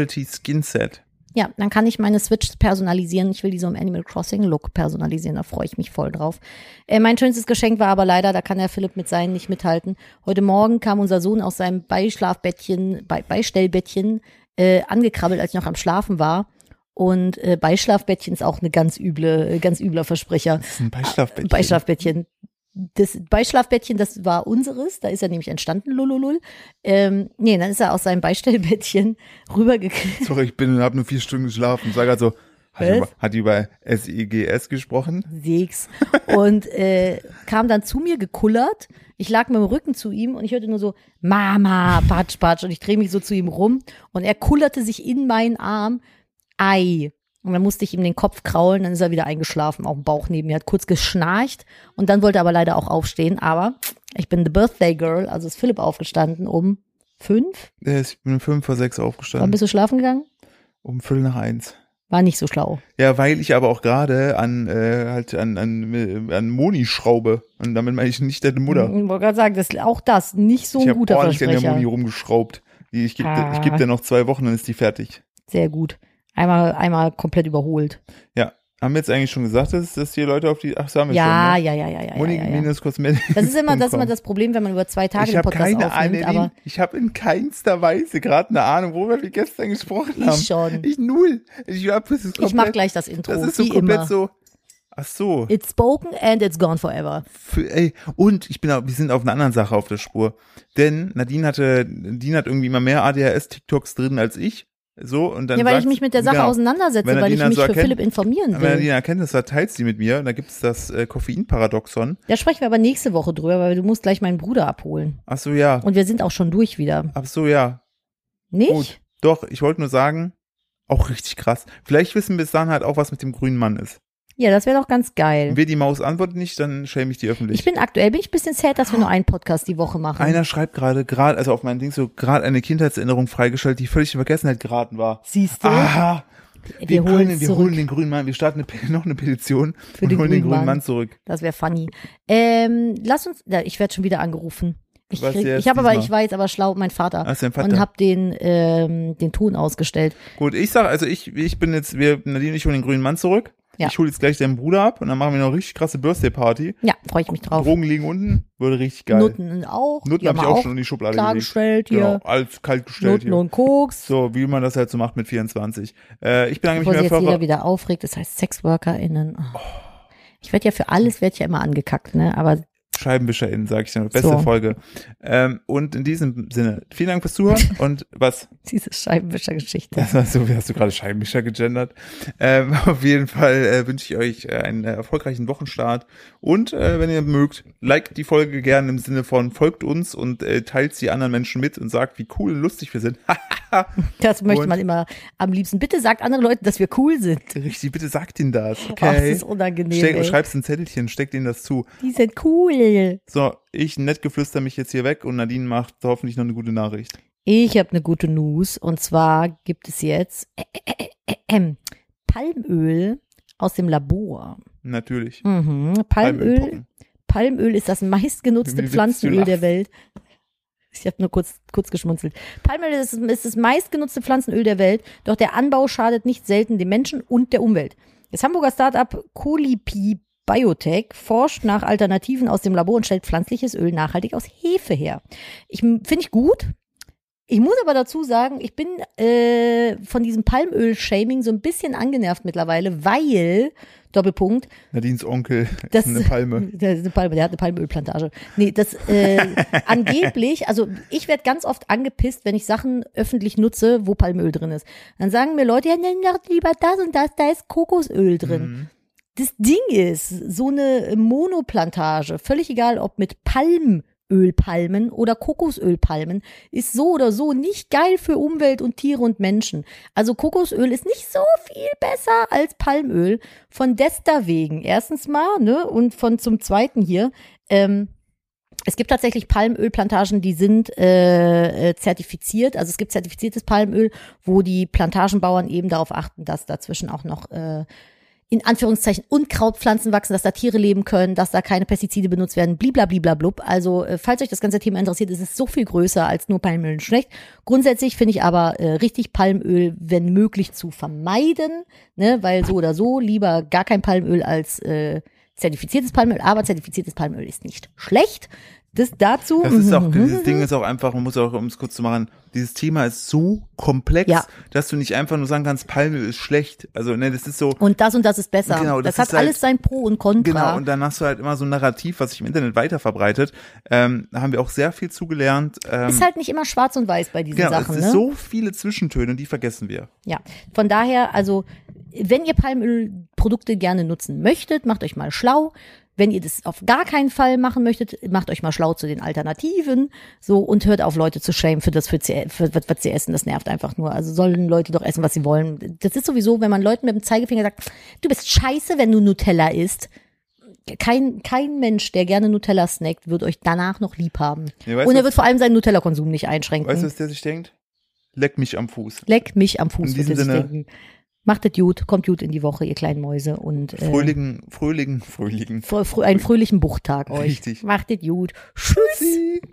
A: High-Quality-Skinset.
B: Ja, dann kann ich meine Switch personalisieren. Ich will die so im Animal Crossing Look personalisieren. Da freue ich mich voll drauf. Äh, mein schönstes Geschenk war aber leider, da kann der Philipp mit seinen nicht mithalten. Heute Morgen kam unser Sohn aus seinem Beischlafbettchen, Be Beistellbettchen äh, angekrabbelt, als ich noch am Schlafen war. Und äh, Beischlafbettchen ist auch eine ganz üble, äh, ganz übler Versprecher.
A: Das ist ein Beischlafbettchen.
B: Ah, Beischlafbettchen. Das Beischlafbettchen, das war unseres, da ist er nämlich entstanden, lululul. Ähm, nee, dann ist er aus seinem Beistellbettchen rübergekriegt.
A: Sorry, ich bin und habe nur vier Stunden geschlafen. Sag also, hat die,
B: Was?
A: über, hat die über SEGS gesprochen?
B: Segs. Und äh, kam dann zu mir gekullert. Ich lag mit dem Rücken zu ihm und ich hörte nur so, Mama, patsch, patsch. Und ich drehe mich so zu ihm rum. Und er kullerte sich in meinen Arm. Ei. Und dann musste ich ihm den Kopf kraulen, dann ist er wieder eingeschlafen, auf dem Bauch neben mir, hat kurz geschnarcht und dann wollte er aber leider auch aufstehen. Aber ich bin the Birthday Girl, also ist Philipp aufgestanden um fünf.
A: Äh, Ich bin um fünf vor sechs
B: Wann
A: aufgestanden.
B: bist du schlafen gegangen?
A: Um Viertel nach eins.
B: War nicht so schlau.
A: Ja, weil ich aber auch gerade an äh, halt an, an, an Moni schraube. Und damit meine ich nicht deine Mutter.
B: Ich wollte gerade sagen, das, auch das, nicht so
A: ich
B: ein
A: habe
B: guter
A: ordentlich an der Moni
B: Versprecher.
A: rumgeschraubt. Die- Ich gebe
B: Ah.
A: ich geb dir noch zwei Wochen, dann ist die fertig.
B: Sehr gut. Einmal, einmal komplett überholt.
A: Ja. Haben wir jetzt eigentlich schon gesagt, dass, dass hier Leute auf die. Ach, das haben wir
B: Ja,
A: schon.
B: ja, ja, ja, ja.
A: Ne? Moni
B: ja, ja, ja.
A: minus Kosmetik.
B: Das ist immer das, ist immer das Problem, wenn man über zwei Tage
A: Ich
B: den
A: habe
B: Podcast
A: keine
B: aufnimmt,
A: Ahnung.
B: aber
A: Ich habe in keinster Weise gerade eine Ahnung, worüber wir gestern gesprochen haben.
B: ich schon.
A: Ich null. Ich, hab, das ist komplett,
B: Ich mach gleich das Intro,
A: Das ist so
B: wie
A: komplett
B: immer.
A: so. Ach so.
B: It's spoken and it's gone forever.
A: Für, ey, und ich bin, au- wir sind auf einer anderen Sache auf der Spur. Denn Nadine hatte, Nadine hat irgendwie immer mehr ADHS-TikToks drin als ich. So, und dann
B: Ja, weil ich
A: sagt-
B: mich mit der Sache
A: genau.
B: auseinandersetze,
A: Wenn er
B: weil
A: die
B: ich
A: dann
B: mich
A: so
B: für
A: erkennt-
B: Philipp informieren
A: Wenn Nadine
B: will.
A: erkennt, das teilt sie mit mir. Und da gibt's das äh, Koffeinparadoxon.
B: Da sprechen wir aber nächste Woche drüber, weil du musst gleich meinen Bruder abholen.
A: Ach so, ja.
B: Und wir sind auch schon durch wieder.
A: Ach so, ja.
B: Nicht?
A: Gut. Doch, ich wollte nur sagen, auch richtig krass. Vielleicht wissen wir bis dahin halt auch, was mit dem grünen Mann ist.
B: Ja, das wäre doch ganz geil.
A: Wenn wir die Maus antworten nicht, dann schäme ich die öffentlich.
B: Ich bin aktuell bin ich ein bisschen sad, dass wir nur einen Podcast die Woche machen.
A: Einer schreibt gerade, gerade, also auf meinem Ding so, gerade eine Kindheitserinnerung freigestellt, die völlig in Vergessenheit geraten war.
B: Siehst du?
A: Aha.
B: Wir
A: Wir,
B: holen
A: können,
B: es
A: wir
B: zurück.
A: holen den grünen Mann, wir starten eine, Pe- noch eine Petition
B: Für
A: und
B: den
A: holen den
B: grünen
A: grünen Mann,
B: Mann.
A: zurück.
B: Das wäre funny. Ähm, lass uns, ja, ich werde schon wieder angerufen. Ich,
A: Was
B: krieg,
A: jetzt
B: ich habe aber,
A: diesmal?
B: ich war jetzt aber schlau, mein Vater.
A: Ach, Ah, ist dein Vater.
B: Und habe den, ähm, den Ton ausgestellt.
A: Gut, ich sag, also ich, ich bin jetzt, wir, Nadine, und ich hole den grünen Mann zurück.
B: Ja.
A: Ich hole jetzt gleich deinen Bruder ab und dann machen wir noch eine richtig krasse Birthday-Party.
B: Ja, freue ich mich drauf.
A: Drogen liegen unten, würde richtig geil.
B: Nutten auch.
A: Nutten
B: die
A: habe ich
B: haben
A: auch
B: wir
A: schon in die Schublade gelegt.
B: klargestellt
A: Genau,
B: hier.
A: alles kalt gestellt
B: Nutten
A: hier.
B: und Koks.
A: So, wie man das halt so macht mit 24. Äh, ich bedanke mich
B: Bevor
A: mehr
B: sich jetzt
A: für
B: jeder
A: eure,
B: wieder aufregt, das heißt SexworkerInnen. Oh. Ich werde ja für alles, werde ich ja immer angekackt, ne? Aber
A: ScheibenwischerInnen, sag ich dir. Beste
B: So.
A: Folge. Ähm, und in diesem Sinne, vielen Dank fürs Zuhören und was?
B: diese Scheibenwischer-Geschichte.
A: Das war so, Also, wie hast du gerade Scheibenwischer gegendert? Ähm, auf jeden Fall äh, wünsche ich euch äh, einen äh, erfolgreichen Wochenstart und äh, wenn ihr mögt, liked die Folge gerne im Sinne von folgt uns und äh, teilt sie anderen Menschen mit und sagt, wie cool und lustig wir sind.
B: Das möchte
A: Und-
B: man immer am liebsten. Bitte sagt anderen Leuten, dass wir cool sind.
A: Richtig, bitte sagt ihnen das,
B: Oh, das
A: okay?
B: ist unangenehm.
A: Steck,
B: ey.
A: schreib's ein Zettelchen, steckt ihnen das zu.
B: Die sind cool.
A: So, ich nett geflüster mich jetzt hier weg und Nadine macht hoffentlich noch eine gute Nachricht.
B: Ich habe eine gute News und zwar gibt es jetzt äh, äh, äh, äh, ähm, Palmöl aus dem Labor.
A: Natürlich.
B: Mhm. Palmöl,
A: Palmölpocken.
B: Palmöl ist das meistgenutzte
A: Wie willst du
B: Pflanzenöl
A: lachen?
B: der Welt. Ich habe nur kurz, kurz geschmunzelt. Palmöl ist, ist das meistgenutzte Pflanzenöl der Welt, doch der Anbau schadet nicht selten dem Menschen und der Umwelt. Das Hamburger Startup Colipi Biotech forscht nach Alternativen aus dem Labor und stellt pflanzliches Öl nachhaltig aus Hefe her. Ich finde ich gut. Ich muss aber dazu sagen, ich bin äh, von diesem Palmöl-Shaming so ein bisschen angenervt mittlerweile, weil Doppelpunkt
A: Nadines Onkel
B: das
A: ist eine Palme.
B: Der, ist eine Palme, der hat eine Palmölplantage. Nee, das äh, angeblich, also ich werde ganz oft angepisst, wenn ich Sachen öffentlich nutze, wo Palmöl drin ist. Dann sagen mir Leute, ja, nimm doch lieber das und das, da ist Kokosöl drin.
A: Mhm.
B: Das Ding ist, so eine Monoplantage, völlig egal ob mit Palmölpalmen oder Kokosölpalmen, ist so oder so nicht geil für Umwelt und Tiere und Menschen. Also Kokosöl ist nicht so viel besser als Palmöl. Von dester wegen. Erstens mal, ne? Und von zum zweiten hier. Ähm, es gibt tatsächlich Palmölplantagen, die sind äh, äh, zertifiziert. Also es gibt zertifiziertes Palmöl, wo die Plantagenbauern eben darauf achten, dass dazwischen auch noch äh, in Anführungszeichen Unkrautpflanzen wachsen, dass da Tiere leben können, dass da keine Pestizide benutzt werden, bliblabliblablub. Also äh, falls euch das ganze Thema interessiert, ist es so viel größer als nur Palmöl schlecht. Grundsätzlich finde ich aber äh, richtig Palmöl, wenn möglich, zu vermeiden, ne? weil so oder so lieber gar kein Palmöl als äh, zertifiziertes Palmöl, aber zertifiziertes Palmöl ist nicht schlecht. Das dazu.
A: Das ist auch,
B: Mhm.
A: dieses Ding ist auch einfach, man muss auch, um es kurz zu machen, dieses Thema ist so komplex,
B: Ja.
A: dass du nicht einfach nur sagen kannst, Palme ist schlecht. Also, ne, das ist so,
B: Und das und das ist besser.
A: Genau, das
B: das,
A: ist
B: hat alles
A: halt-
B: sein Pro und Contra.
A: Genau, und dann hast du halt immer so ein Narrativ, was sich im Internet weiterverbreitet. Ähm, da haben wir auch sehr viel zugelernt. Ähm,
B: ist halt nicht immer schwarz und weiß bei diesen
A: genau,
B: Sachen.
A: es ist
B: ne?
A: so viele Zwischentöne, die vergessen wir.
B: Ja, von daher, also wenn ihr Palmölprodukte gerne nutzen möchtet, macht euch mal schlau. Wenn ihr das auf gar keinen Fall machen möchtet, macht euch mal schlau zu den Alternativen, so und hört auf Leute zu schämen für das, für, sie- für was was sie essen. Das nervt einfach nur. Also sollen Leute doch essen, was sie wollen. Das ist sowieso, wenn man Leuten mit dem Zeigefinger sagt, du bist scheiße, wenn du Nutella isst. Kein, kein Mensch, der gerne Nutella snackt, wird euch danach noch lieb haben.
A: Ja, weißt
B: und
A: du,
B: er wird vor allem seinen Nutella-Konsum nicht einschränken.
A: Weißt du, was der sich denkt? Leck mich am Fuß.
B: Leck mich am Fuß,
A: In
B: würde
A: diesem
B: ich
A: Sinne.
B: denken. Macht es gut, kommt gut in die Woche, ihr kleinen Mäuse. Und äh,
A: Fröhlichen, fröhlichen, fröhlichen.
B: fro- fro- einen fröhlichen Buchttag euch.
A: Richtig.
B: Macht es gut. Tschüss.